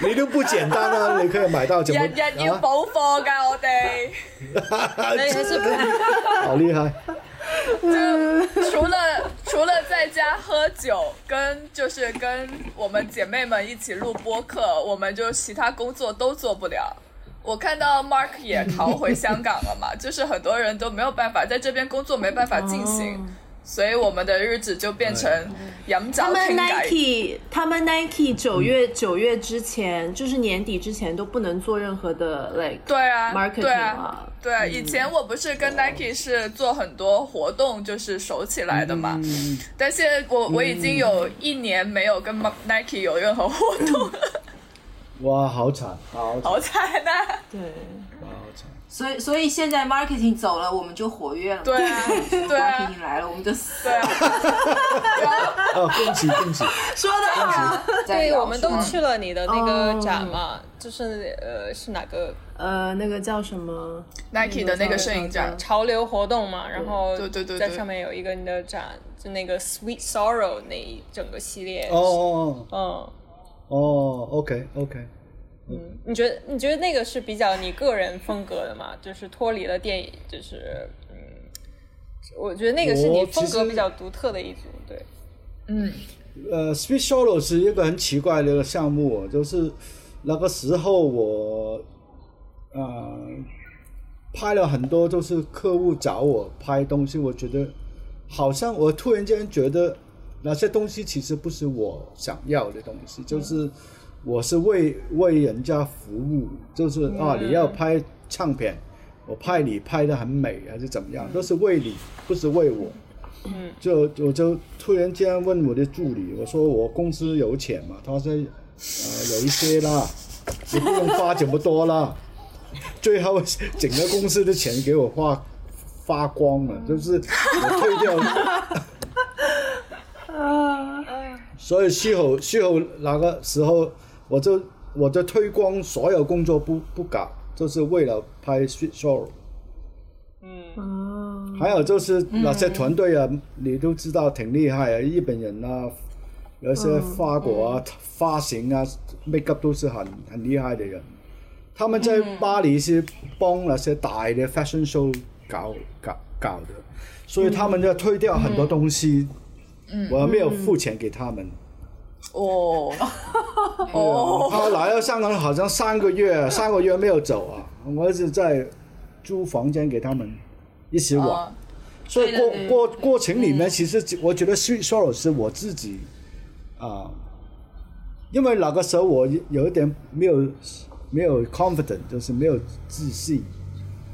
S4: 你都不简单啊，你可以买到酒，
S2: 日日要補課㗎，我哋。
S4: 啊，
S5: 那还是 不
S4: 好厉害。
S2: 就除了除了在家喝酒，跟就是跟我们姐妹们一起录播客，我们就其他工作都做不了。我看到 Mark 也逃回香港了嘛，就是很多人都没有办法在这边工作，没办法进行，所以我们的日子就变成饮酒
S3: 他们
S2: 傾偈。
S3: Nike，他们 Nike 九月
S4: 嗯
S3: 九月之前，就是年底之前都不能做任何的 like
S2: 对啊，对
S3: marketing
S2: 啊，
S3: 啊。
S2: 对啊，以前我不是跟 Nike 是做很多活动，就是熟起来的
S4: 嗯
S2: 嘛。但现在我我已经有一年没有跟 Nike 有任何活动了，
S4: 哇，好惨，好惨，
S2: 好惨呐、
S3: 对，
S4: 好惨！
S1: 所以所以现在 marketing 走了，我们就活跃了。
S2: 对啊，对啊，
S1: ，marketing 来了，我们就死
S2: 对
S1: 了。
S2: 啊，
S4: 啊，恭喜恭喜！
S3: 说的好。
S1: 再
S5: 对，
S1: 聊
S5: 我们都
S1: 是吗
S5: 去了你的那个展嘛，嗯就是呃是哪个
S3: 呃，那个叫什么
S2: Nike 的那嗯个摄影展，
S5: 潮流活动嘛，然后
S2: 对对对对
S5: 在上面有一个你的展，就那个 Sweet Sorrow 那一整个系列。
S4: 哦哦
S5: 嗯，
S4: 哦哦，OK OK，
S5: 你觉得你觉得那个是比较你个人风格的嘛？就是脱离了电影，就是嗯，我觉得那个是你
S4: 我其
S5: 风
S4: 实
S5: 格比较独特的一组，对，
S2: 嗯，
S4: 呃，Speed Solo 是一个很奇怪的一个项目哦，就是那个时候我呃拍了很多，就是客户找我拍东西，我觉得好像我突然间觉得那些东西其实不是我想要的东西，就是我是为为人家服务，就是啊，你要拍唱片，我拍你拍的很美还是怎么样，都是为你，不是为我。就我就突然间问我的助理，我说我公司有钱嘛，他说呃有一些啦，你不用花这么多啦。最后整个公司的钱给我花花光了，就是我退掉。 所以事后事后那个时候，我就我就推光所有工作不不搞，就是为了拍《Sweet Sorrow》。还有就是那些团队啊，你都知道挺厉害啊，日本人啊，有一些法国啊、发型啊、makeup 都是很很厉害的人。他们在巴黎是帮那些大的 fashion show 搞搞搞的，所以他们要推掉很多东西，我没有付钱给他们。
S2: 哦，
S4: 哦，他来到香港好像三个月，三个月没有走啊，我一直在租房间给他们一起玩。
S2: 哦，
S4: 所以
S1: 对
S4: 过
S1: 对对嗯
S4: 过过程里面，其实我觉得 Sweet Sorrow 是我自己啊、因为那个时候我有一点没有没有 confident，就是没有自信。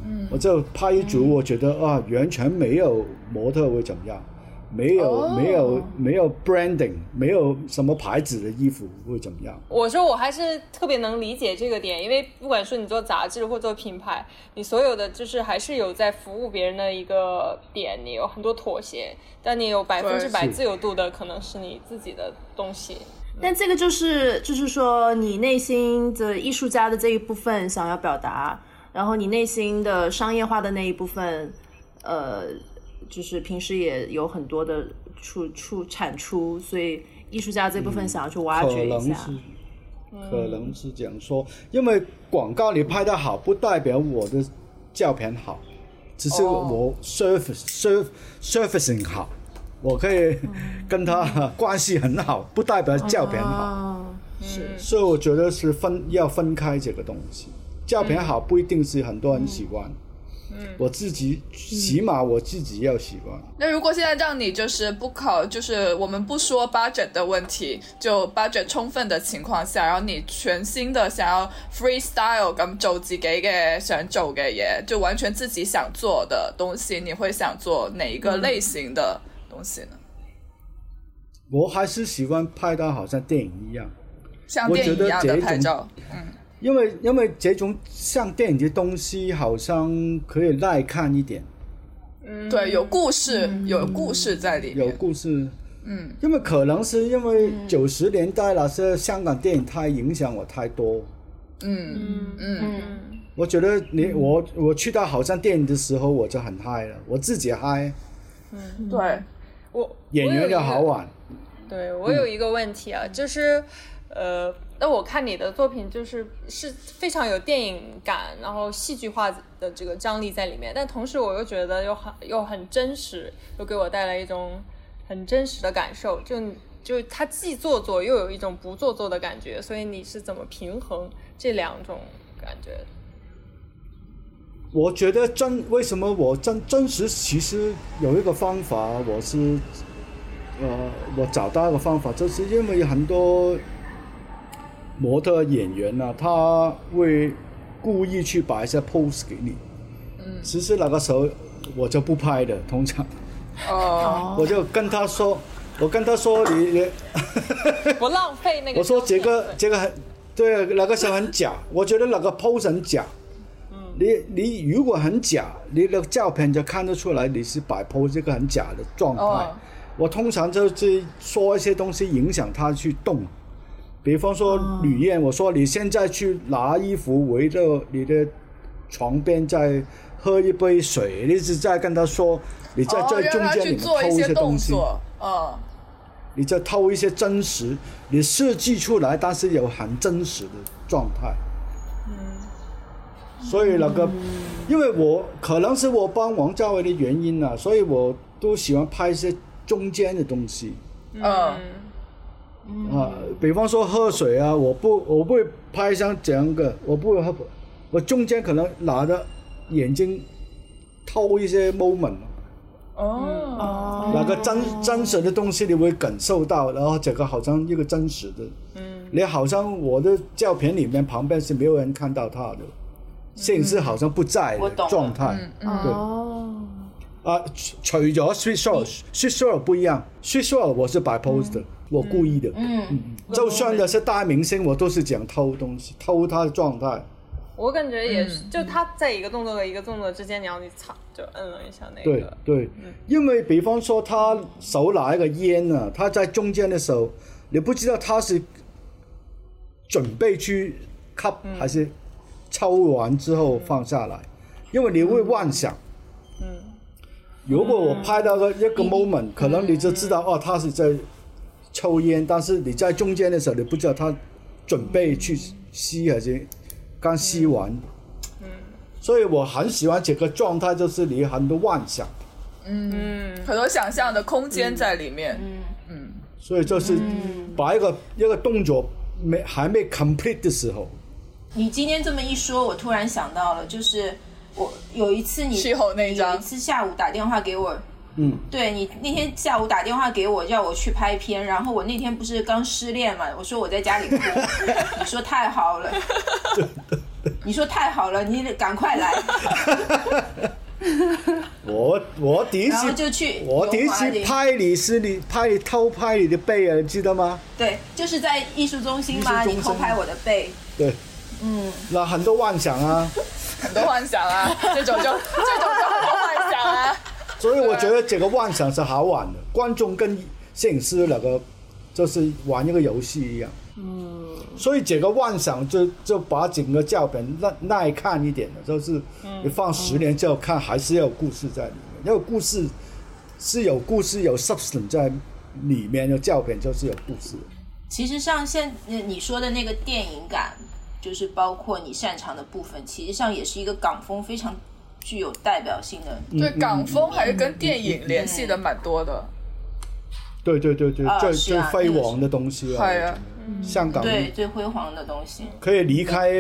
S4: 嗯，我就拍一组，我觉得
S1: 嗯
S4: 啊，完全没有模特会怎么样，没有、
S2: 哦
S4: 没有没有 branding，没有什么牌子的衣服会怎么样。
S5: 我说我还是特别能理解这个点，因为不管说你做杂志或做品牌，你所有的就是还是有在服务别人的一个点，你有很多妥协，但你有百分之百
S4: 是
S5: 自由度的可能是你自己的东西。
S4: 嗯
S3: 但这个就是就是说你内心的艺术家的这一部分想要表达，然后你内心的商业化的那一部分，呃，就是平时也有很多的出出产出，所以艺术家这部分想要去挖
S4: 嗯可
S3: 掘一
S4: 能
S3: 下。嗯
S4: 是，可能是这样说，因为广告你拍得好，不代表我的照片好，只是
S3: 哦
S4: 我 surface、surf surfacing 好，我可以
S3: 嗯
S4: 跟他 关系很好，不代表照片好。嗯
S3: 哦，是
S4: 所以我觉得是分要分开这个东西，照片
S3: 嗯
S4: 好不一定是很多人喜欢。我自己
S3: 嗯
S4: 起码我自己要喜欢。
S2: 那如果现在让你就是不考，就是我们不说 budget 的问题，就 budget 充分的情況下，然後你全新的想要 freestyle 咁做自己嘅想做嘅嘢，就完全自己想做的東西，你會想做哪一個類型的東西呢？
S4: 我还是喜欢拍到好像电影一样，
S2: 像
S4: 我
S2: 電
S4: 覺
S2: 影
S4: 得
S2: 一樣
S4: 這
S2: 的
S4: 一
S2: 拍
S4: 種
S2: 照，
S4: 因为因为这种像电影的东西好像可以耐看一点，
S5: 嗯
S2: 對，有故事，有故事在里
S4: 有
S2: 面。
S4: 故事。
S2: 嗯，
S4: 因为可能是因为九十年代那些香港电影太影响我太多，
S2: 嗯嗯
S5: 嗯
S4: 我觉得你我我去到好像电影的时候我就很嗨了，我自己嗨，
S2: 嗯，對，
S5: 我
S4: 演
S5: 我有
S4: 员
S5: 一
S4: 又
S5: 个
S4: 好玩。
S5: 对
S4: 嗯
S5: 我有一个问题啊，就是，呃，那我看你的作品就是是非常有电影感，然后戏剧化的这个张力在里面，但同时我又觉得又很又很真实，又给我带来一种很真实的感受，就就它既做作又有一种不做作的感觉，所以你是怎么平衡这两种感觉？
S4: 我觉得真为什么我真真实其实有一个方法，我是呃，我找到一个方法，就是因为很多模特演员呢、他会故意去摆一些 pose 给你。嗯，其实那个时候我就不拍的，通常
S2: 哦，
S4: 我就跟他说，我跟他说你你，
S5: 不浪费那个
S4: 我
S5: 胶片。
S4: 说这个这个很对，啊那个时候很 假，我觉得那个 pose 很假。
S2: 嗯
S4: 你你如果很假，你的照片就看得出来你是摆 pose 一个很假的状态。
S2: 哦
S4: 我通常就是说一些东西影响他去动，比方
S2: 哦
S4: 说吕燕，我说你现在去拿衣服围着你的床边再喝一杯水，你是在跟他说你在
S2: 哦，
S4: 这
S2: 让
S4: 中
S2: 他
S4: 间
S2: 去
S4: 你
S2: 做
S4: 偷
S2: 一
S4: 一
S2: 些
S4: 些
S2: 動
S4: 东西。
S2: 作，嗯。
S4: 你再偷一些真实，你设计出来，但是有很真实的状态。嗯，所以那个，因为我可能是我帮王家卫的原因啊，所以我都喜欢拍一些中间的东西
S2: 嗯
S4: 啊，比方说喝水啊，我不我不会拍像这样个，我不会喝，我中间可能拿着眼睛偷一些 moment。
S2: 哦，
S4: 那个真真实的东西你会感受到，然后这个好像一个真实的，嗯，你好像我的照片里面旁边是没有人看到他的，摄影师好像不在
S1: 嗯我懂
S4: 的
S1: 了
S4: 状态，对
S3: 哦，
S4: 啊，除除咗 sweet soul，sweet soul 不一样，sweet soul 我是摆 pose 的，我故意的，
S1: 嗯，
S4: 就算那些大明星，我都是讲偷东西，偷他的状态，
S5: 我感觉也
S4: 嗯
S5: 是，就他在一个动作和一个动作之间，然后你擦就摁了一下那
S4: 对
S5: 个，
S4: 对，因为比方说他手拿一个烟啊，他在中间的时候，你不知道他是准备去吸还是抽完之后放下来，因为你会妄想。如果我拍到个一个 moment，、可能你就知道、哦，他是在抽烟，但是你在中间的时候，你不知道他准备去吸还是刚吸完。所以我很喜欢这个状态，就是你很多妄想。
S2: 很多想象的空间在里面。
S4: 嗯所以就是
S1: 嗯
S4: 把一个、一个动作没还没 complete 的时候，
S1: 你今天这么一说，我突然想到了，就是我有一次你
S2: 事后那一张
S1: 有一次下午打电话给我，
S4: 嗯，
S1: 对你那天下午打电话给我，叫我去拍片，然后我那天不是刚失恋嘛，我说我在家 里哭，你说太好了，你说太好了，你赶快 来，
S4: 我我第一
S1: 然后
S4: 次
S1: 就去
S4: 我第一
S1: 油滑
S4: 次
S1: 林
S4: 拍你是你拍你偷拍你的背啊，你记得吗？
S1: 对，就是在艺术中心嘛，
S4: 艺术中
S1: 你
S4: 心
S1: 偷拍我的背，
S4: 对，嗯，那很多妄想啊，
S2: 很多幻想 啊，这种就这种就很多幻想啊。
S4: 所以我觉得这个妄想是好玩的，观众跟摄影师那个就是玩一个游戏一样。嗯，所以这个妄想就就把整个脚本耐耐看一点的，就是
S1: 嗯
S4: 你放十年之后看，还是要有故事在里面，因为故事是有故事有 substance 在里面的，脚本就是有故事。
S1: 其实上现呃你说的那个电影感，就是包括你擅长的部分，其实上也是一个港风非常具有代表性的。
S4: 嗯
S2: 对，港风还是跟电影联系的蛮多的。
S4: 嗯对对对对，
S1: 啊
S4: 最
S1: 是
S4: 最
S1: 啊
S4: 辉
S1: 那个
S4: 煌的东西啊，
S2: 系啊，
S4: 香港
S1: 对，嗯最辉煌的东西。
S4: 可以离开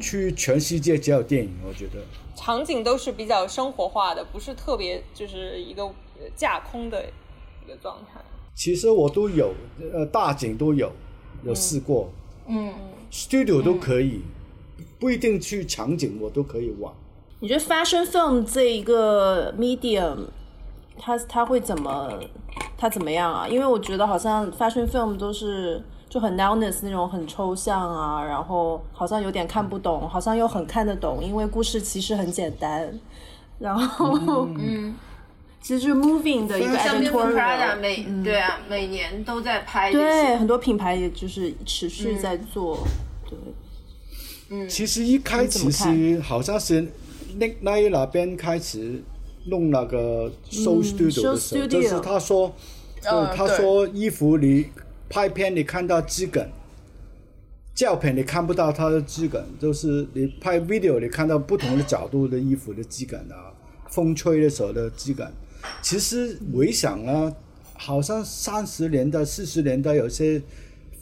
S4: 去全世界只有电影，我觉得。
S5: 场景都是比较生活化的，不是特别就是一个呃架空的一个状态。
S4: 其实我都有，呃，大景都有有试过、
S1: 嗯，
S4: s t u d i o 都可以，不一定去场景我都可以玩。
S3: 你觉得 fashion film 这一个 medium，它它会怎么它怎么样啊？因为我觉得好像 fashion film 都是就很 nowness 那种很抽象啊，然后好像有点看不懂，好像又很看得懂，因为故事其实很简单。然后，嗯， 其实就是 moving 的一个
S1: 像 Miu Prada
S3: editorial，
S1: 每、对啊，每年都在拍这
S3: 对
S1: 些。
S3: 很多品牌也就是持续在做，对，
S4: 其实一开
S3: 嗯你
S4: 始
S3: 怎么
S4: 是好像是 Nick Nye 那边开始弄那个 Show Studio
S3: 嗯 show
S4: 的时候，
S3: studio
S4: 就是他说，
S2: 嗯
S4: 对他
S2: 对
S4: 说衣服你拍片你看到质感，照片你看不到它的质感，就是你拍 video 你看到不同的角度的衣服的质感啊，风吹的时候的质感。其实回想啊，好像三十年代、四十年代有些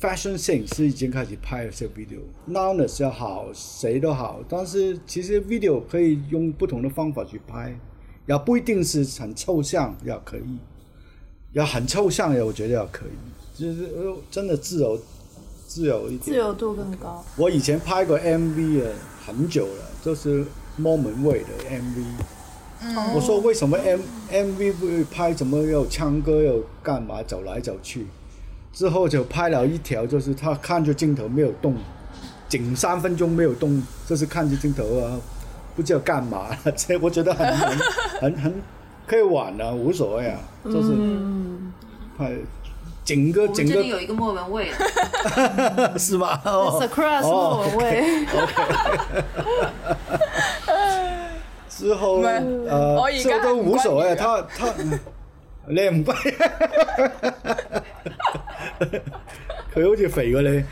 S4: fashion thing 是已经开始拍了些 video。Nowness 也好，谁都好，但是其实 video 可以用不同的方法去拍，也不一定是很抽象，也可以，也很抽象的，我觉得也可以，就是呃真的自由自由一点。
S3: 自由度更高。
S4: 我以前拍过 MV 啊，很久了，就是 Moment Way 的 MV。我说为什么 M MV 会拍怎么又唱歌又干嘛走来走去？之后就拍了一条，就是他看着镜头没有动，仅三分钟没有动，就是看着镜头啊，不知道干嘛。这我觉得很很很很可以玩啊，无所谓啊，就是拍整个
S1: 我们
S4: 整
S1: 这
S4: 个
S1: 里有一个莫文蔚的，
S4: 是吧？
S3: s
S4: 哦
S3: a k r a s
S4: 哦
S3: 莫文蔚，
S4: 之后
S2: 唔係
S4: 呃
S2: 我，而
S4: 之
S2: 家
S4: 後都無所
S2: 係唔啊關
S4: 謂。他他你唔歸， 佢好似肥過你。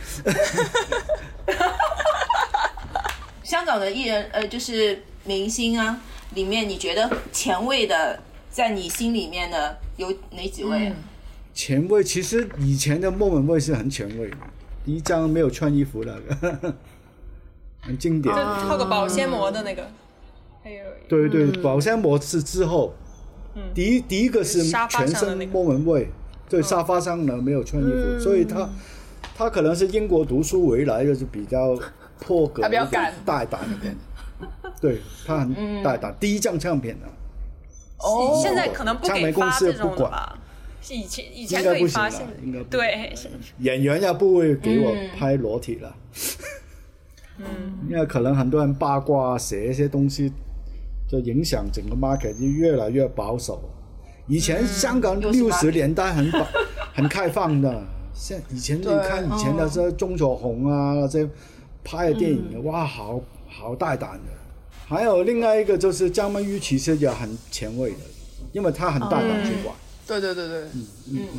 S1: 香港的艺人呃，就是明星啊，里面你觉得前卫的，在你心里面的有哪几位、啊？
S4: 前卫其實以前的莫文蔚是很前卫的，第一张沒有穿衣服那個，很經典。
S5: 就套个保鲜膜的那
S4: 嗯
S5: 个，还有
S4: 对对，
S5: 嗯
S4: 保鲜膜是之后，第一第一个是
S5: 沙发
S4: 全
S5: 上的那
S4: 身
S5: 个嗯
S4: 莫文蔚，对沙发上呢没有穿衣服，所以他他可能是英国读书回来就是比较破格
S2: 他
S4: 一
S2: 比较
S4: 点、
S2: 敢
S4: 大胆一 点，对他
S5: 嗯
S4: 很大胆。第一张唱片啊，
S2: 哦
S5: 现在可能不
S4: 唱
S5: 给
S4: 片公
S5: 发
S4: 司
S5: 这
S4: 也不
S5: 种的
S4: 管，
S5: 吧。是以前以前
S4: 应
S5: 可
S4: 该
S5: 以
S4: 不行
S5: 发，
S4: 了
S5: 现在，
S4: 应该不
S5: 对，是
S4: 演员也不会给我拍裸体了。嗯，因为可能很多人八卦写一些东西，就影响整个 market 就越来越保守。以前香港
S1: 嗯又是
S4: 六
S1: market
S4: 十年代很保 很开放的，现以前你
S2: 对
S4: 看以
S1: 哦
S4: 前的这钟楚红啊那些拍的电影，
S1: 嗯
S4: 哇，好好大胆的。还有另外一个就是张曼玉，其实也很前卫的，因为她很大胆去
S1: 嗯
S4: 玩。
S2: 对对对对，
S4: 嗯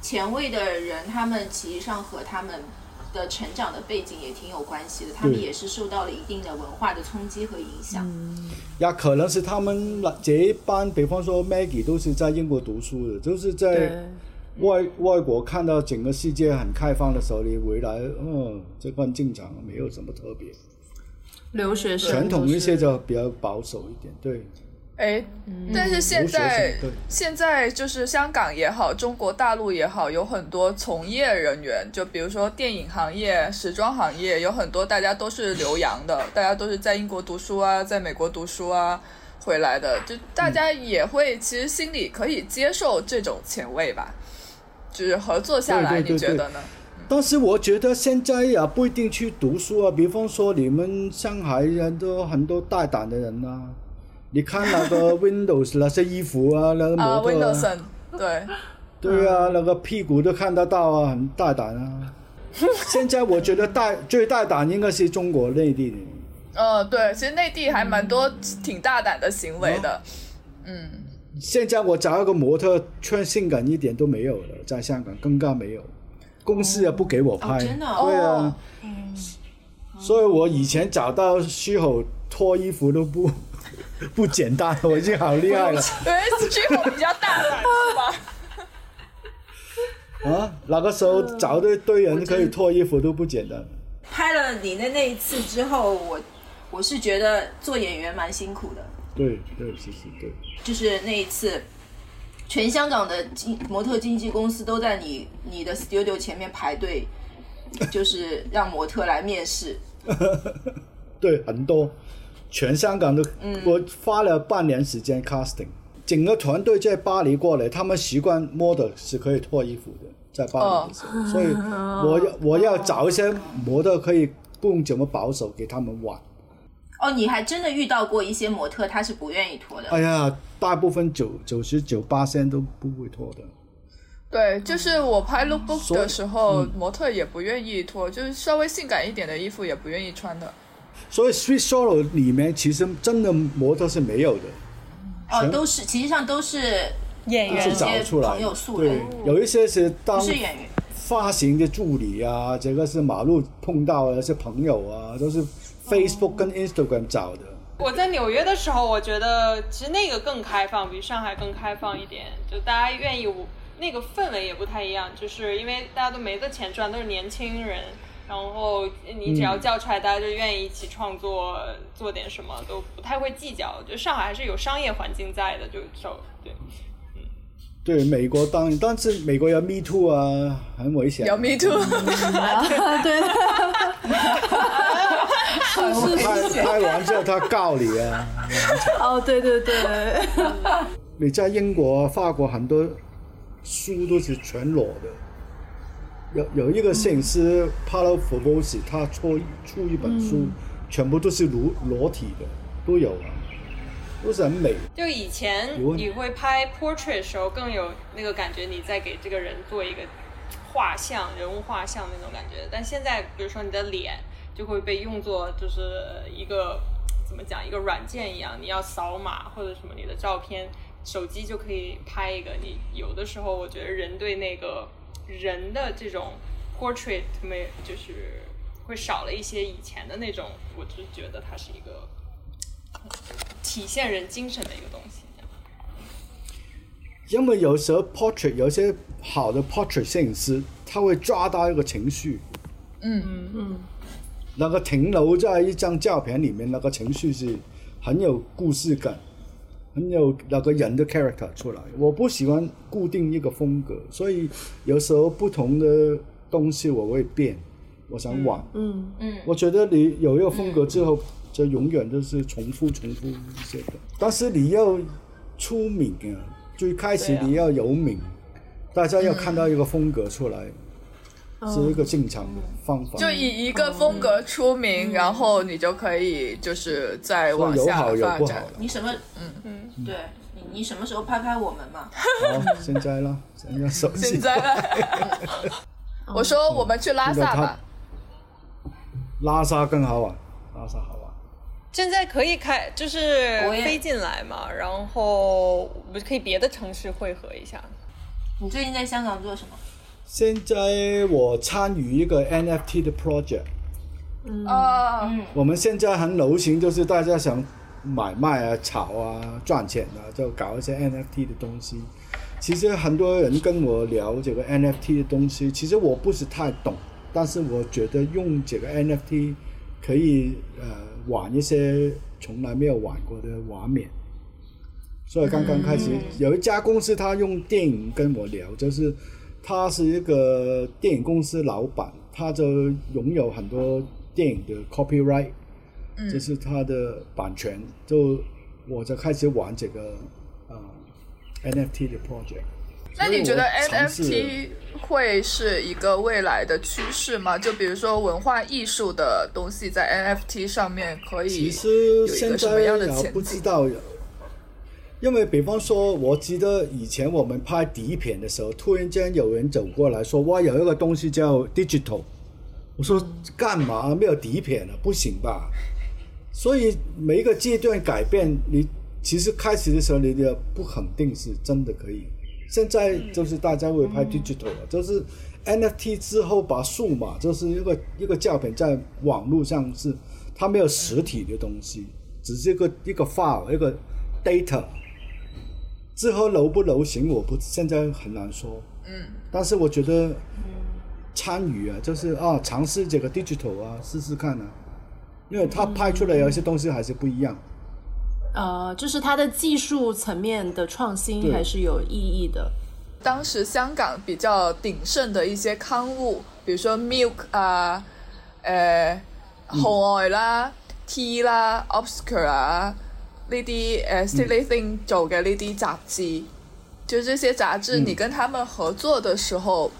S1: 前卫的人，他们其实上和他们的成长的背景也挺有关系的，他们
S4: 对嗯
S1: 也是受到了一定的文化的冲击和影响。
S4: 也可能是他们那这一班，比方说 Maggie 都是在英国读书的，就是在外外国看到整个世界很开放的时候，你回来，嗯，这份正常，没有什么特别。
S3: 留学生
S4: 传统一些
S3: 都是
S4: 就比较保守一点，对，
S2: 哎，
S4: 嗯
S2: 但是现在
S4: 留学生对
S2: 现在就是香港也好，中国大陆也好，有很多从业人员，就比如说电影行业、时装行业，有很多大家都是留洋的，大家都是在英国读书啊，在美国读书啊回来的，就大家也会其实心里可以接受这种前卫吧，就是合作下来，
S4: 对对对
S2: 你觉得呢？
S4: 但是我觉得现在也不一定去读书啊，比方说你们上海人都很多大胆的人啊， 你看那个 Windows 那些衣服啊，那个
S2: 啊
S4: 模特、
S2: 嗯，Windows，对，
S4: 对啊，
S1: 嗯
S4: 那个屁股都看得到啊，很大 胆啊。现在我觉得大最大胆应该是中国内地的，
S2: 嗯，对，其实内地还蛮多挺大胆的行为的，嗯，
S4: 现在我找一个模特穿性感一点都没有了，在香港更加没有，公司也不给我拍，
S1: 哦真的哦
S4: 对啊，所以我以前找到虚吼脱衣服都不 不简单，我已经好厉害了
S2: 因为 g i 比较大胆是吧？
S4: 啊！那个时
S1: 嗯
S4: 候找到一堆人可以脱衣服都不简单，
S1: 拍了你的那一次之后，我我是觉得做演员蛮辛苦的，
S4: 对对，其实对，
S1: 就是那一次，全香港的经模特经纪公司都在你你的 studio 前面排队，就是让模特来面试。
S4: 对，很多，全香港都，
S1: 嗯
S4: 我花了半年时间 casting，整个团队在巴黎过来，他们习惯 model 是可以脱衣服的，在
S1: 哦
S4: 巴黎的时候，所以我要我要找一些模特可以不用怎么保守给他们玩。
S1: 哦，你还真的遇到过一些模特，他是不愿意脱的。
S4: 哎呀，大部分九九十九八仙都不会脱的，
S2: 对，就是我拍 lookbook
S4: 嗯所以嗯
S2: 的时候，模特也不愿意脱，就是稍微性感一点的衣服也不愿意穿的。
S4: 所以 sweet solo 里面其实真的模特是没有的。
S1: 哦，
S4: 全
S1: 都是，其实上都是
S5: 演
S4: 都
S5: 员
S4: 是找出来
S1: 有一些朋友
S4: 的
S1: 素，
S4: 对
S1: 人，
S4: 有一些是当
S1: 不是演员。
S4: 发行的助理啊，这个是马路碰到的，是朋友啊，都是
S2: 哦
S4: Facebook 跟 Instagram 找的。
S5: 我在纽约的时候，我觉得其实那个更开放，比上海更开放一点，就大家愿意，那个氛围也不太一样，就是因为大家都没的钱赚，都是年轻人，然后你只要叫出来，大家就愿意一起创作，做点什么都不太会计较。就上海还是有商业环境在的，就就对，
S4: 对，美国当然，但是美国有 Me Too 啊，很危险。
S2: 有 me too，
S4: 嗯
S3: 啊，对，是是
S4: 拍拍完之后他告你啊！
S3: 哦，对对 对，
S4: 你在英国、法国很多书都是全裸的。有有一个摄影师 Paolo f o v o s i 他出出一本
S2: 嗯
S4: 书，全部都是裸裸体的，都有啊，都是很美。
S5: 就以前
S4: 有问题
S5: 你会拍 portrait 的时候，更有那个感觉，你在给这个人做一个画像、人物画像那种感觉。但现在，比如说你的脸就会被用作就是一个怎么讲，一个软件一样，你要扫码或者什么，你的照片手机就可以拍一个。你有的时候，我觉得人对那个人的这种 portrait 没就是会少了一些以前的那种，我就觉得它是一个体现人精神的一个东西。
S4: 因为有时候 portrait 有些好的 portrait 摄影师，他会抓到一个情绪，
S2: 嗯，
S4: 那个停留在一张照片里面，那个情绪是很有故事感，很有那个人的 character 出来。我不喜欢固定一个风格，所以有时候不同的东西我会变，我想玩。
S3: 嗯，
S4: 我觉得你有一个风格之后，就永远都是重复、重复一些的。但是你要出名啊，最开始你要有名，大家要看到一个风格出来，
S2: 嗯
S4: 是一个正常的方法。
S2: 就以一个风
S4: 嗯
S2: 格出名，然后你就可以就是再
S4: 所
S2: 往
S4: 以有
S2: 下
S4: 好有
S2: 发
S4: 不好
S2: 展
S4: 了。。
S1: 你什么？嗯嗯，对你你什么时候拍拍我们嘛？
S4: 好，现在啦，现在手机
S2: 现在呢， 我说我们去拉萨吧。
S4: 拉萨更好玩，拉萨好啊玩。
S5: 现在可以开，就是
S1: 我也
S5: 飞进来嘛，然后不是可以别的城市汇合一下。
S1: 你最近在香港做什么？
S4: 现在我参与一个 NFT 的 project，
S3: 嗯
S2: 哦，
S1: 嗯
S4: 我们现在很流行，就是大家想买卖啊、炒啊、赚钱啊，就搞一些 NFT 的东西。其实很多人跟我聊这个 NFT 的东西，其实我不是太懂，但是我觉得用这个 NFT 可以呃玩一些从来没有玩过的画面。所以刚刚开始，有一家公司他用电影跟我聊，就是他是一个电影公司老板，他就拥有很多电影的 copyright，、这
S2: 嗯
S4: 是他的版权，就我就开始玩这个呃 NFT 的 project。
S2: 那你觉得
S4: 所以我尝试
S2: NFT 会是一个未来的趋势吗？就比如说文化艺术的东西在 NFT 上面可以
S4: 其实
S2: 有一
S4: 现
S2: 个什么
S4: 在
S2: 样的
S4: 也
S2: 前
S4: 不
S2: 景
S4: 知道有，因为比方说，我记得以前我们拍底片的时候，突然间有人走过来说：“哇，有一个东西叫 digital。”我说：“干嘛没有底片了？不行吧？”所以每一个阶段改变，你其实开始的时候你的不肯定是真的可以。现在就是大家会
S2: 嗯
S4: 拍 digital 了，就是 NFT 之后把数码就是一个一个胶片在网络上是它没有实体的东西，只是一个一个 file 一个 data。之后流不流行，我不现在很难说。
S2: 嗯，
S4: 但是我觉得参与啊，就是啊，尝试这个 digital 啊，试试看啊，因为它拍出来有一些东西还是不一样。
S3: 呃，就是它的技术层面的创新
S4: 对
S3: 还是有意义的。
S2: 当时香港比较鼎盛的一些刊物，比如说 Milk 啊，誒號外啦、T 啦、Obscure 啊呢啲誒 Silly Thing 做嘅呢啲雜誌，就這些雜誌，
S4: 嗯
S2: 你跟他們合作的時候，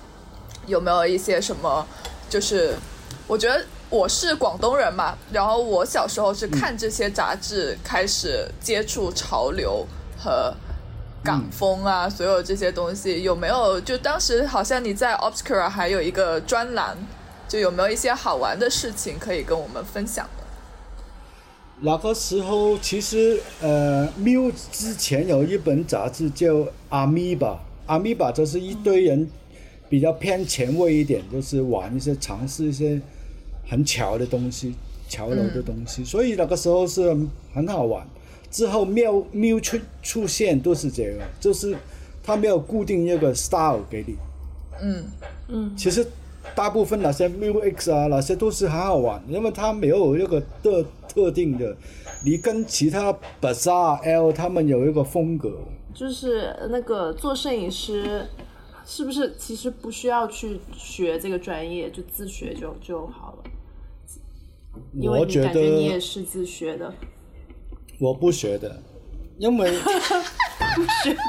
S2: 有沒有一些什麼？就是我覺得我是廣東人嘛，然後我小時候是看這些雜誌開始接觸潮流和港风啊，
S4: 嗯
S2: 所有这些东西有没有？就当时好像你在 Obscura 还有一个专栏，就有没有一些好玩的事情可以跟我们分享的？
S4: 那个时候其实呃，Miu 之前有一本杂志叫《阿米吧》，阿米吧就是一堆人比较偏前卫一点，就是玩一些尝试一些很潮的东西、潮流的东西，所以那个时候是很好玩。之后 Miu Miu 出出现都是这个，就是它没有固定一个 style 给你，
S2: 嗯
S4: 其实大部分那些 Mu X 啊，那些都是很好玩，因为它没有一个特特定的，你跟其他 Bazaar L 他们有一个风格，
S3: 就是那个做摄影师，是不是其实不需要去学这个专业，就自学就就好了？因为
S4: 我
S3: 你
S4: 觉
S3: 感觉你也
S4: 得
S3: 是自学的，
S4: 我不学的，因 为不学的，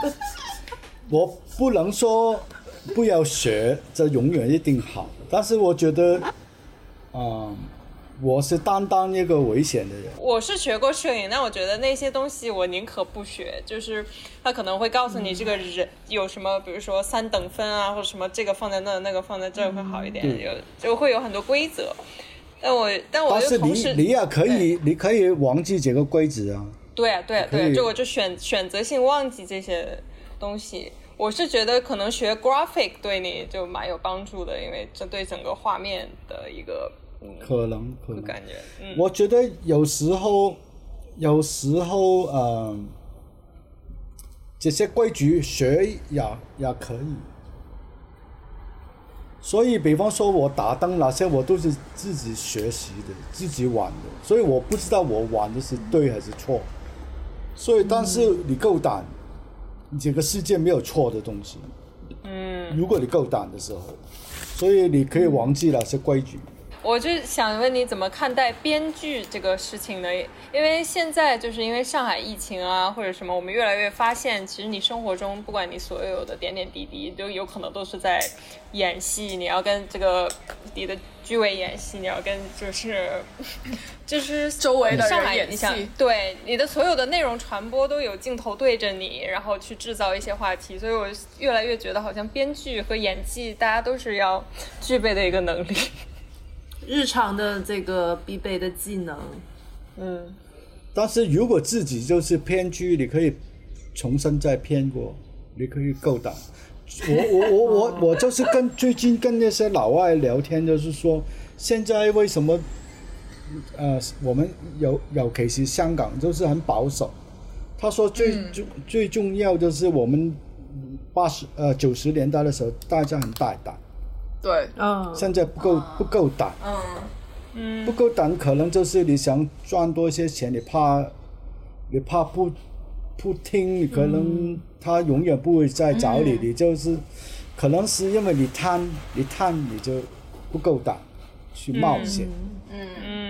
S4: 我不能说不要学，这永远一定好，但是我觉得，嗯，我是担当一个危险的人。
S5: 我是学过摄影，但我觉得那些东西我宁可不学，就是他可能会告诉你这个人有什么，比如说三等分啊，或者什么这个放在那，那个放在这会好一点，
S4: 嗯
S5: 有就会有很多规则。但我但我
S4: 但
S5: 又
S4: 是
S5: 同
S4: 你
S5: 时
S4: 你也可以，你可以忘记这个规则啊。
S5: 对啊，对啊，
S4: 可以
S5: 对啊，就我就选选择性忘记这些东西。我是觉得可能学 graphic 对你就蛮有帮助的，因为这对整个画面的一个嗯
S4: 可能可能，
S5: 感觉，嗯，
S4: 我觉得有时候，有时候，呃，这些规矩学也也可以。所以，比方说，我打灯那些，我都是自己学习的，自己玩的，所以我不知道我玩的是对还是错。所以，但是你够胆，你这个世界没有错的东西。嗯，如果你够胆的时候，所以你可以忘记那些规矩。
S5: 我就想问你怎么看待编剧这个事情呢？因为现在就是因为上海疫情啊，或者什么，我们越来越发现，其实你生活中不管你所有的点点滴滴，都有可能都是在演戏。你要跟这个你的居委演戏，你要跟就是 就是
S2: 周围的人
S5: 上海
S2: 演戏
S5: 你想对你的所有的内容传播都有镜头对着你，然后去制造一些话题。所以我越来越觉得，好像编剧和演技大家都是要具备的一个能力。
S3: 日常的这个必备的技能。
S5: 嗯。
S4: 但是如果自己就是偏居，你可以重新再偏过，你可以够胆。我我我我我就是跟最近跟那些老外聊天，就是说现在为什么呃我们尤尤其是香港就是很保守。他说最、最最重要就是我们八十呃九十年代的时候大家很大胆，
S2: 对，
S3: 嗯，
S4: 现在不够不够胆。
S2: 嗯，
S4: 不够胆，可能就是你想赚多一些钱，你怕，你怕不不听，你可能他永远不会再找你，你就是，可能是因为你贪，你贪你就不够胆去冒险，
S5: 嗯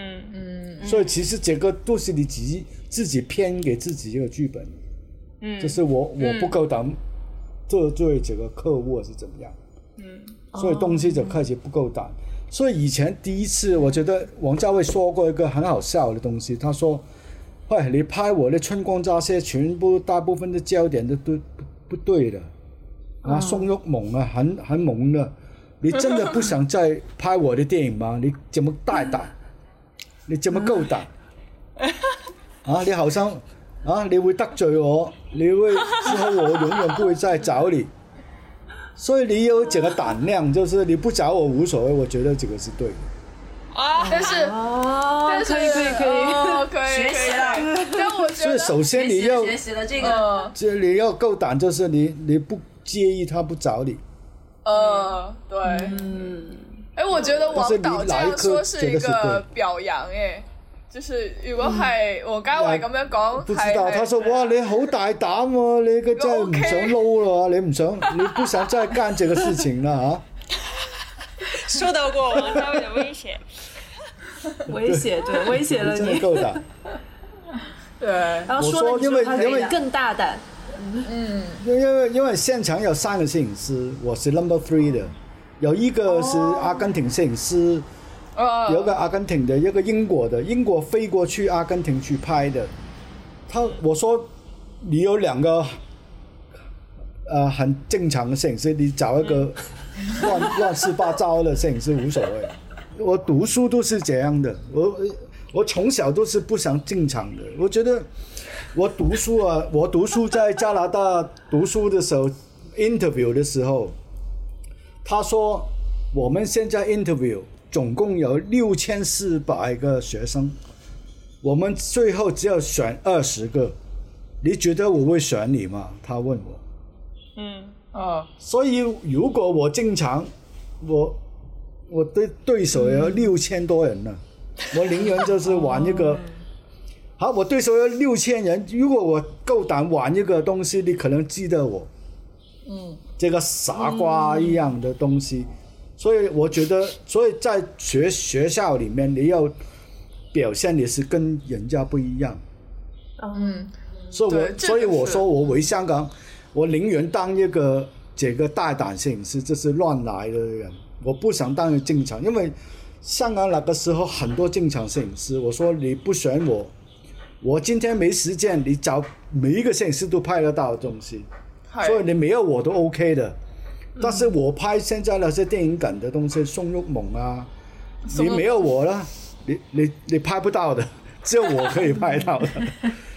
S4: 所以其实这个都是你自己自己编给自己一个剧本，
S5: 嗯
S4: 就是我我不够胆做做这个客户是怎么样，
S5: 嗯
S4: 所以东西就开始不够胆。所以以前第一次，我觉得王家卫说过一个很好笑的东西，他说喂，你拍我的春光乍泄，全部大部分的焦点都对不不对的，
S5: 哦
S4: 啊，宋玉猛啊，很很萌的，你真的不想再拍我的电影吗？你怎么大胆？你怎么够胆？啊，你好像啊，你会得罪我，你会之后我永远不会再找你，所以你有这个胆量，就是你不找我无所谓，我觉得这个是对的。
S5: 啊，
S2: 但是
S3: 哦
S2: 但，是
S3: 可以可以可以，
S2: 哦可以
S1: 学习了
S2: 可以但我觉
S4: 所以
S2: 得，
S4: 首先你要
S1: 学习了这个，
S2: 呃
S4: 这你要够胆，就是你你不介意他不找你，
S2: 呃，对，
S3: 嗯，
S2: 哎，我觉得
S4: 但
S2: 王
S4: 是你
S2: 导这
S4: 哪一
S2: 样
S4: 刻
S2: 说是一
S4: 觉得是
S2: 个表扬，哎，就是如果
S3: 嗯
S2: 係我家偉咁樣講，
S4: 不知
S2: 係
S4: 道。
S2: 係
S4: 他說：哇，你好大膽喎、你嘅真係唔想撈啦，你唔想，你不想再幹這個事情啦啊嚇。
S5: 受到过 王家卫的威胁。
S3: 威胁对威胁了
S4: 你真係
S3: 你，
S4: 够胆，
S2: 對，
S3: 然后
S4: 我
S3: 说了
S4: 说
S3: 你之
S4: 因为
S3: 后他可
S4: 因为
S3: 以更大胆，
S4: 因因为因为现场有三个摄影师，我是 number three 的，有一个是阿根廷摄影师，
S2: 呃，
S4: 有一个阿根廷的，一个英国的，英国飞过去阿根廷去拍的。他我说你有两个，呃，很正常的摄影师，你找一个乱 乱七八糟的摄影师无所谓。我读书都是这样的，我我从小都是不想进场的。我觉得我读书啊，我读书在加拿大读书的时候，interview 的时候，他说我们现在 interview 总共有六千四百个学生，我们最后只要选二十个，你觉得我会选你吗？他问我。
S5: 嗯，
S2: 呃，
S4: 所以如果我进场，我我对对手有六千多人呢、我宁愿就是玩一个。好，我对手有六千人，如果我够胆玩一个东西，你可能记得我。嗯，这个傻瓜一样的东西，所以我觉得，所以在学学校里面，你要表现你是跟人家不一样。
S2: 嗯，
S4: 所以
S2: 对
S4: 我
S2: 这个
S4: 所以我
S2: 是
S4: 说我回香港，我宁愿当一个这个大胆摄影师，就是乱来的人，我不想当一个进场，因为香港那个时候很多进场摄影师，我说你不选我，我今天没时间，你找每一个摄影师都拍得到的东西，所以
S2: 係
S4: 你没有我都 OK 的。但是我拍现在那些电影感的东西，宋玉猛啊，
S2: 宋
S4: 你
S2: 玉
S4: 没有我了，你你你拍不到的， 只有我可以拍到的。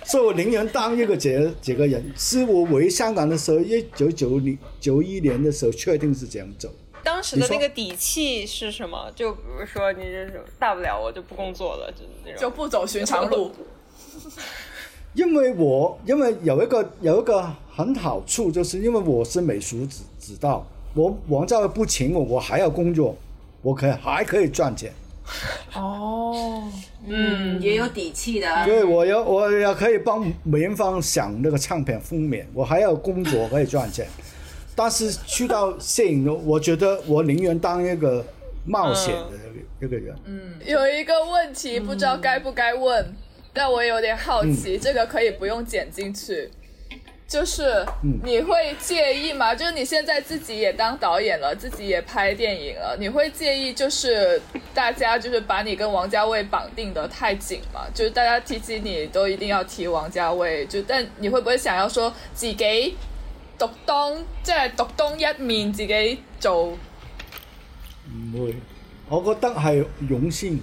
S4: 所以我宁愿当一个这这个人。是我回香港的时候，一九九零九一年的时候，确定是这样走。
S5: 当时的
S4: 你说
S5: 那个底气是什么？就比如说你就是大不了我就不工作了，就那种。
S4: 呃
S2: 就不走寻常路，
S4: 因为我因为有一个有一个很好处，就是因为我是美术指指导，我王教授不请我，我还要工作，我可以还可以赚钱。
S3: 哦，
S1: 嗯，也有底气的，
S4: 对，我要我也可以帮梅艳芳想那个唱片封面，我还要工作可以赚钱。但是去到摄影，我觉得我宁愿当一个冒险的一个一个人。
S2: 有一个问题不知道该不该问，但我有点好奇，这个可以不用剪进去。就是你会介意吗？就是你现在自己也当导演了，自己也拍电影了，你会介意就是大家就是把你跟王家卫绑定的太紧吗？就是大家提起你都一定要提王家卫，就但你会不会想要说自己獨當，即係獨當一面自己做？
S4: 唔會，我覺得係勇先。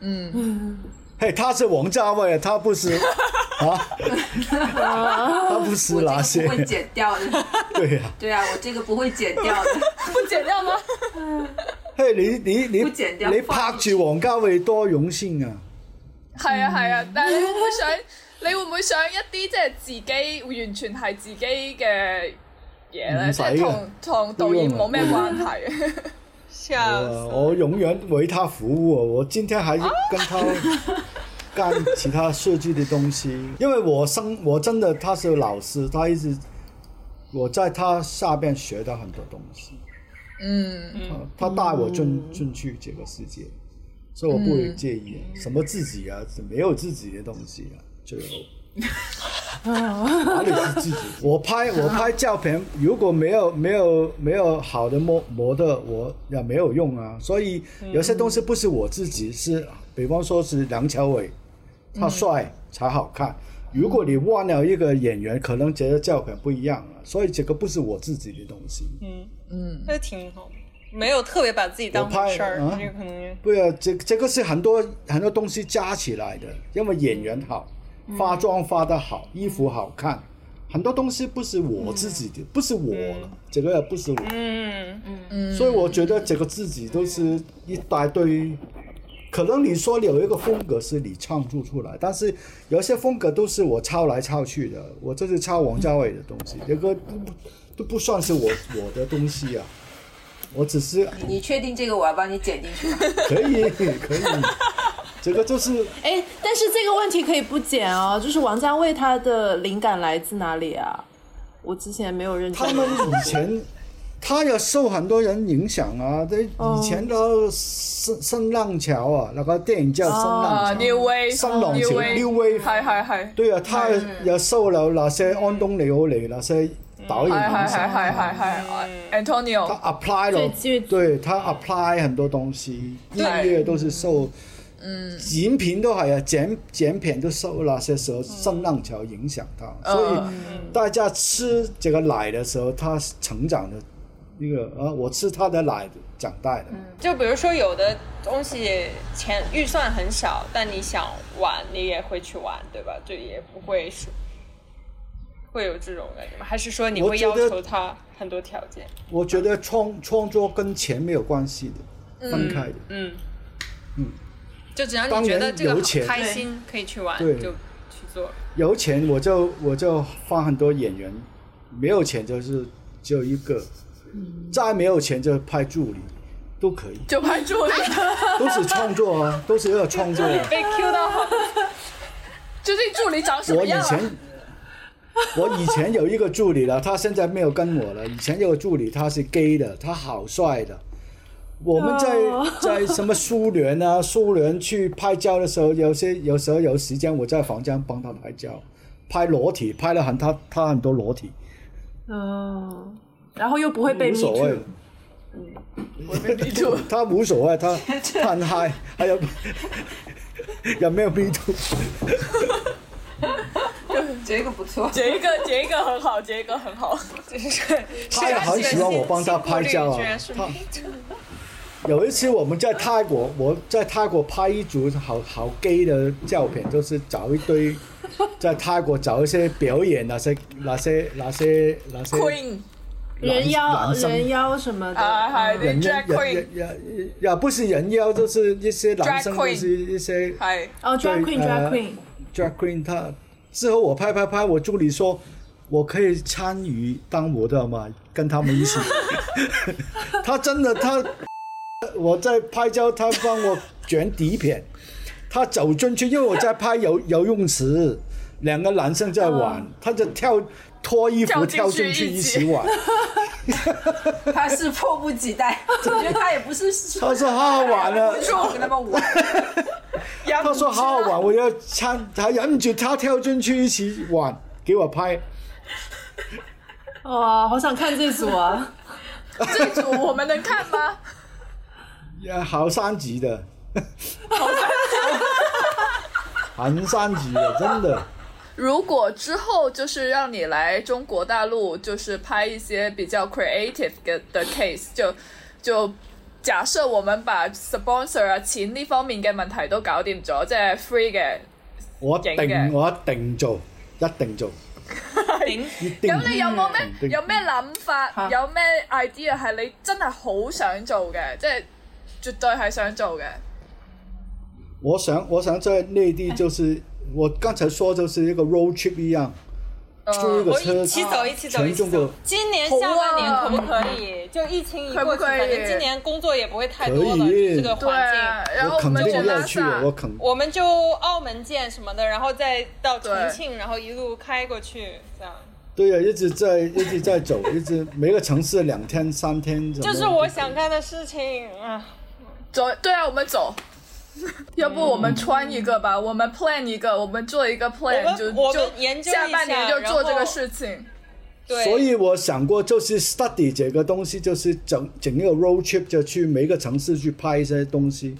S2: 嗯。
S4: 嘿，他是王家衛，他 不是啊，他不是
S1: 我
S4: 那
S1: 这
S4: 些
S1: 个不，会剪掉的。
S4: 对呀、
S1: 对啊，我这个不会剪掉的。
S2: 不剪掉吗？
S4: 嘿，你你你
S1: 不剪掉
S4: 你
S1: 放
S4: 拍住王家衛多勇先啊！
S2: 系啊系啊，但系你會唔會想？你會唔會想一啲即係自己完全係自己嘅嘢咧？即
S4: 唔使嘅
S2: 係同同導演冇咩關係。
S5: 笑死
S4: 呃我永遠為他服務啊！我今天還跟他幹其他設計的東西，因為我生我真的他是老師，他一直我在他下邊學到很多東西。
S2: 嗯，
S4: 啊他带我进进去这个世界，所以我不会介意、啊什么自己啊，没有自己的东西啊，最后。哪里是自己？我拍我拍照片，如果没有没有没有好的模模特，我也没有嗯用啊。所以有些东西不是我自己，是比方说是梁朝伟，他帅才好看。如果你换了一个演员，可能觉得脚本不一样了。所以这个不是我自己的东西。
S5: 嗯那挺好，没有特别把自己当回事儿
S4: 我，怕
S5: 这个可能也
S4: 不要，啊这这个是很多很多东西加起来的，因为演员好，化妆化得好，衣服好看，很多东西不是我自己的，不是我了，这个也不是我，
S5: 嗯，
S4: 所以我觉得这个自己都是一大堆。可能你说有一个风格是你创作出来，但是有些风格都是我抄来抄去的，我这是抄王家卫的东西，这个都不都不算是我我的东西啊，我只是
S1: 你确定这个我要帮你剪进去吗？
S4: 可以可以，这个就是
S3: 哎，但是这个问题可以不剪哦，就是王家卫他的灵感来自哪里啊？我之前没有认真
S4: 他
S3: 地
S4: 们以前，他也受很多人影响啊。这以前的新新浪潮啊，那个电影叫《新
S2: 啊
S4: 浪潮》，
S2: ，New Wave，
S4: 新浪潮
S2: New Wave，
S4: ，New Wave。
S2: 係係係，
S4: 对啊，他也受了那些安东尼奥尼那些导演
S2: 係
S4: 影
S2: 係係
S4: 响。
S2: 係係係，Antonio
S4: 他 apply 了
S3: 最具，
S4: 对他 apply 很多东西，音乐都是受，嗯，剪片都係啊，剪剪片都受那些時候新浪潮影響他，所以大家吃这个奶的时候，他成長的那个啊，我吃他的奶长大的，
S5: 就比如说有的东西钱预算很少，但你想玩，你也会去玩，对吧？就也不会是会有这种感觉吗？还是说你
S4: 我
S5: 会
S4: 觉
S5: 要
S4: 得
S5: 求他很多条件？
S4: 我觉得创创作跟钱没有关系的，分开的，
S5: 嗯
S4: 嗯，
S5: 就只要
S4: 当
S5: 你觉得
S4: 然
S5: 这个
S4: 有
S5: 好
S4: 钱
S5: 开心，可以去玩，
S4: 对
S5: 就去做。
S4: 有钱我就我就放很多演员，没有钱就是只有一个，再没有钱就派助理，都可以。
S2: 就拍住你，
S4: 都是创作啊，都是要创作、啊。
S5: 被 Q 到好，
S2: 究竟助理长什
S4: 我
S2: 么
S4: 以
S2: 样啊？
S4: 前，我以前有一个助理了，他现在没有跟我了。以前有个助理，他是 gay 的，他好帅的。我们在
S3: 哦
S4: 在什么苏联啊，苏联去拍照的时候，有些有时候有时间，我在房间帮他拍照，拍裸体，拍了很他他很多裸体，
S3: 嗯，然后又不会被
S4: 无
S3: me
S4: 所谓
S3: too。，
S4: 嗯 他无所谓，他他很嗨，还有有没有 B two？
S1: 这个不错，
S5: 杰哥，杰哥很好，杰哥很好，就是
S4: 他也很喜欢我帮他拍照啊
S5: 居然是
S4: 他有一次我们在泰国，我在泰国拍一组好好 gay 的照片，就是找一堆在泰国找一些表演那些那些那些那些
S2: Queen
S4: 男
S3: 人妖
S4: 男生
S3: 人妖什么的，
S2: 啊，係
S4: 人
S2: 啲
S4: 妖
S2: drag
S4: 也
S2: queen，
S4: 也也也不是人妖，就是一些男生
S2: Drag queen
S4: 就是一些
S2: 係
S3: 哦
S4: 对
S3: ，drag queen
S4: 呃
S3: drag queen，
S4: drag queen。他之后我拍拍拍，我助理说。我可以参与当模特吗？跟他们 一起。他真的，他我在拍照，他帮我卷底片。他走进去，因为我在拍游游泳池，两个男生在玩，
S1: 嗯
S4: 他就跳脱衣服
S2: 跳
S4: 跳
S2: 进
S4: 进
S2: 去
S4: 去
S2: 一
S4: 一
S2: 起
S4: 起玩。
S1: 他是迫不及待，我觉得他也不是说
S4: 他说好好玩啊，
S1: 说跟他们玩，
S4: 他说好好玩，我要参，他忍唔住他跳进去一起玩，给我拍。
S3: 哇，哦好想看这组啊！
S2: 这组我们能看吗？
S4: 呃，好三级的， 很三级的，真的。
S2: 如果之后就是让你来中国大陆，就是拍一些比较 creative 的的 case，就就假設我們把 sponsor 啊錢呢方面嘅問題都搞掂咗，即係 free 嘅，
S4: 我
S2: 影嘅
S4: 定我一定做，一定做，
S5: 哎
S4: 一定。
S2: 咁你有冇咩
S4: 嗯
S2: 有咩諗法？
S1: 嚇
S2: 有咩 idea 係你真係好想做嘅，即係絕對係想做嘅。
S4: 我想，我想在内地就是我刚才说，就是一个 road trip 一样，
S2: 嗯
S4: 租一个
S5: 我
S4: 车，
S5: 一起走，一起走，一
S4: 全
S5: 起
S4: 中
S5: 走
S4: 国。
S5: 今年下半年可不可以？就疫情一
S2: 可
S5: 过
S2: 不
S5: 去，
S2: 可以
S5: 反正今年工作也不会太多了，
S4: 可以
S5: 这个
S2: 對，
S5: 环境。
S2: 然後
S4: 我
S2: 我
S4: 肯
S2: 們就
S4: 定
S2: 拉
S4: 要去，
S2: 薩
S4: 我肯
S5: 我们就澳门见什么的，然后再到重庆，然后一路开过去，这样。
S4: 对啊呀、一直在一直在走， 一直每个城市两天三天。
S5: 这是我想干的事情啊！
S2: 走，对啊，我们走。 要不我们穿一个吧，我们 plan 一个，我们做一个 plan，
S5: 嗯我们
S2: 就
S5: 我们
S2: 就
S5: 研究一下
S2: 下半年就做这个事情。
S5: 对，
S4: 所以我想过，就是 study 这个东西，就是整整一个 road trip，就去每一个城市去拍一些东西。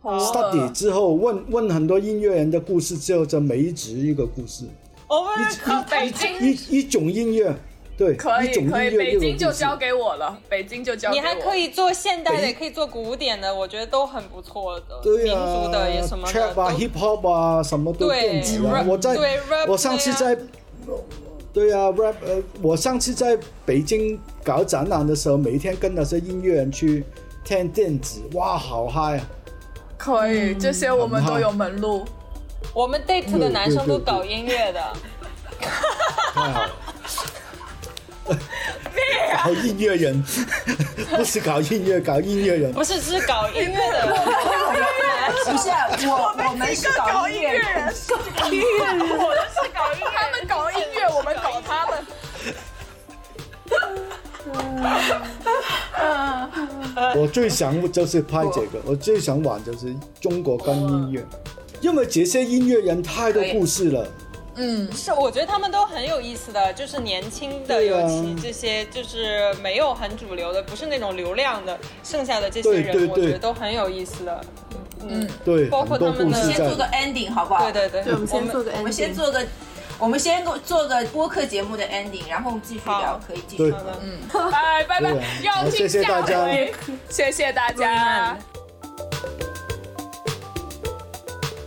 S2: 呃
S5: 呃
S4: study 之后，问问很多音乐人的故事之后，就每一集一个故事，
S5: 我们靠
S2: 一
S5: 呃北
S2: 一
S5: 京，
S4: 一一种音乐，对，
S2: 可
S4: 一
S2: 以
S4: 种音
S2: 可以，
S4: 乐一
S2: 北
S4: 个
S2: 京就
S4: 故事
S2: 交给我了，北京就交给
S5: 你
S2: 我。
S5: 还可以做现代的，
S4: 北
S5: 也可以做古典的，我觉得都很不错的，
S4: 对啊
S5: 民
S4: 呀、
S5: 族的也什么
S4: t r a
S5: 的
S4: p 啊、
S5: 都。
S4: hip hop 啊，什么都
S5: 对
S4: 电子啊
S5: rap，。
S4: 我在
S5: 对 rap，
S4: 我上次
S5: 对
S4: 在
S5: 啊，
S4: 对呀、r a p 呃，我上次在北京搞展览的时候，每一天跟那些音乐人去听电子，哇，好嗨啊！
S2: 可以，这些我们都有门路。
S5: 嗯我们 date 的男生
S4: 对
S5: 都
S4: 对对
S5: 搞音乐 的，
S4: 太好了。搞音乐人， 不是搞音乐，搞音乐人。
S5: 不是是搞音乐的。
S1: 不是我，我们是搞音乐人，
S2: 我就是搞音乐， 他们搞音乐，我们搞他们。
S4: 我最想就是拍这个，我最想玩就是中国跟音乐，因为这些音乐人太多故事了。
S5: 是，我觉得他们都很有意思的，就是年轻的，
S4: 对啊呀
S5: 尤其这些就是没有很主流的，不是那种流量的，剩下的这些
S4: 对
S5: 人，
S4: 对
S5: 我
S4: 对
S5: 觉得都很有意思的。嗯，
S4: 对，
S5: 包括
S4: 很多
S5: 他们
S4: 故
S5: 的
S4: 事
S1: 先做个
S4: 在。
S1: ending 好不好？
S5: 对对对，
S3: 对，我们先做个 ending，
S1: 我们先做个，我们先做个播客节目的 ending，然后我们继续聊
S5: 好，
S1: 可以继续
S4: 对
S1: 聊。
S5: 嗯
S2: 哎，拜拜
S4: 对啊，
S2: 要
S4: 好
S2: 听
S4: 谢谢
S2: 下
S4: 大家
S2: 回，谢谢大家。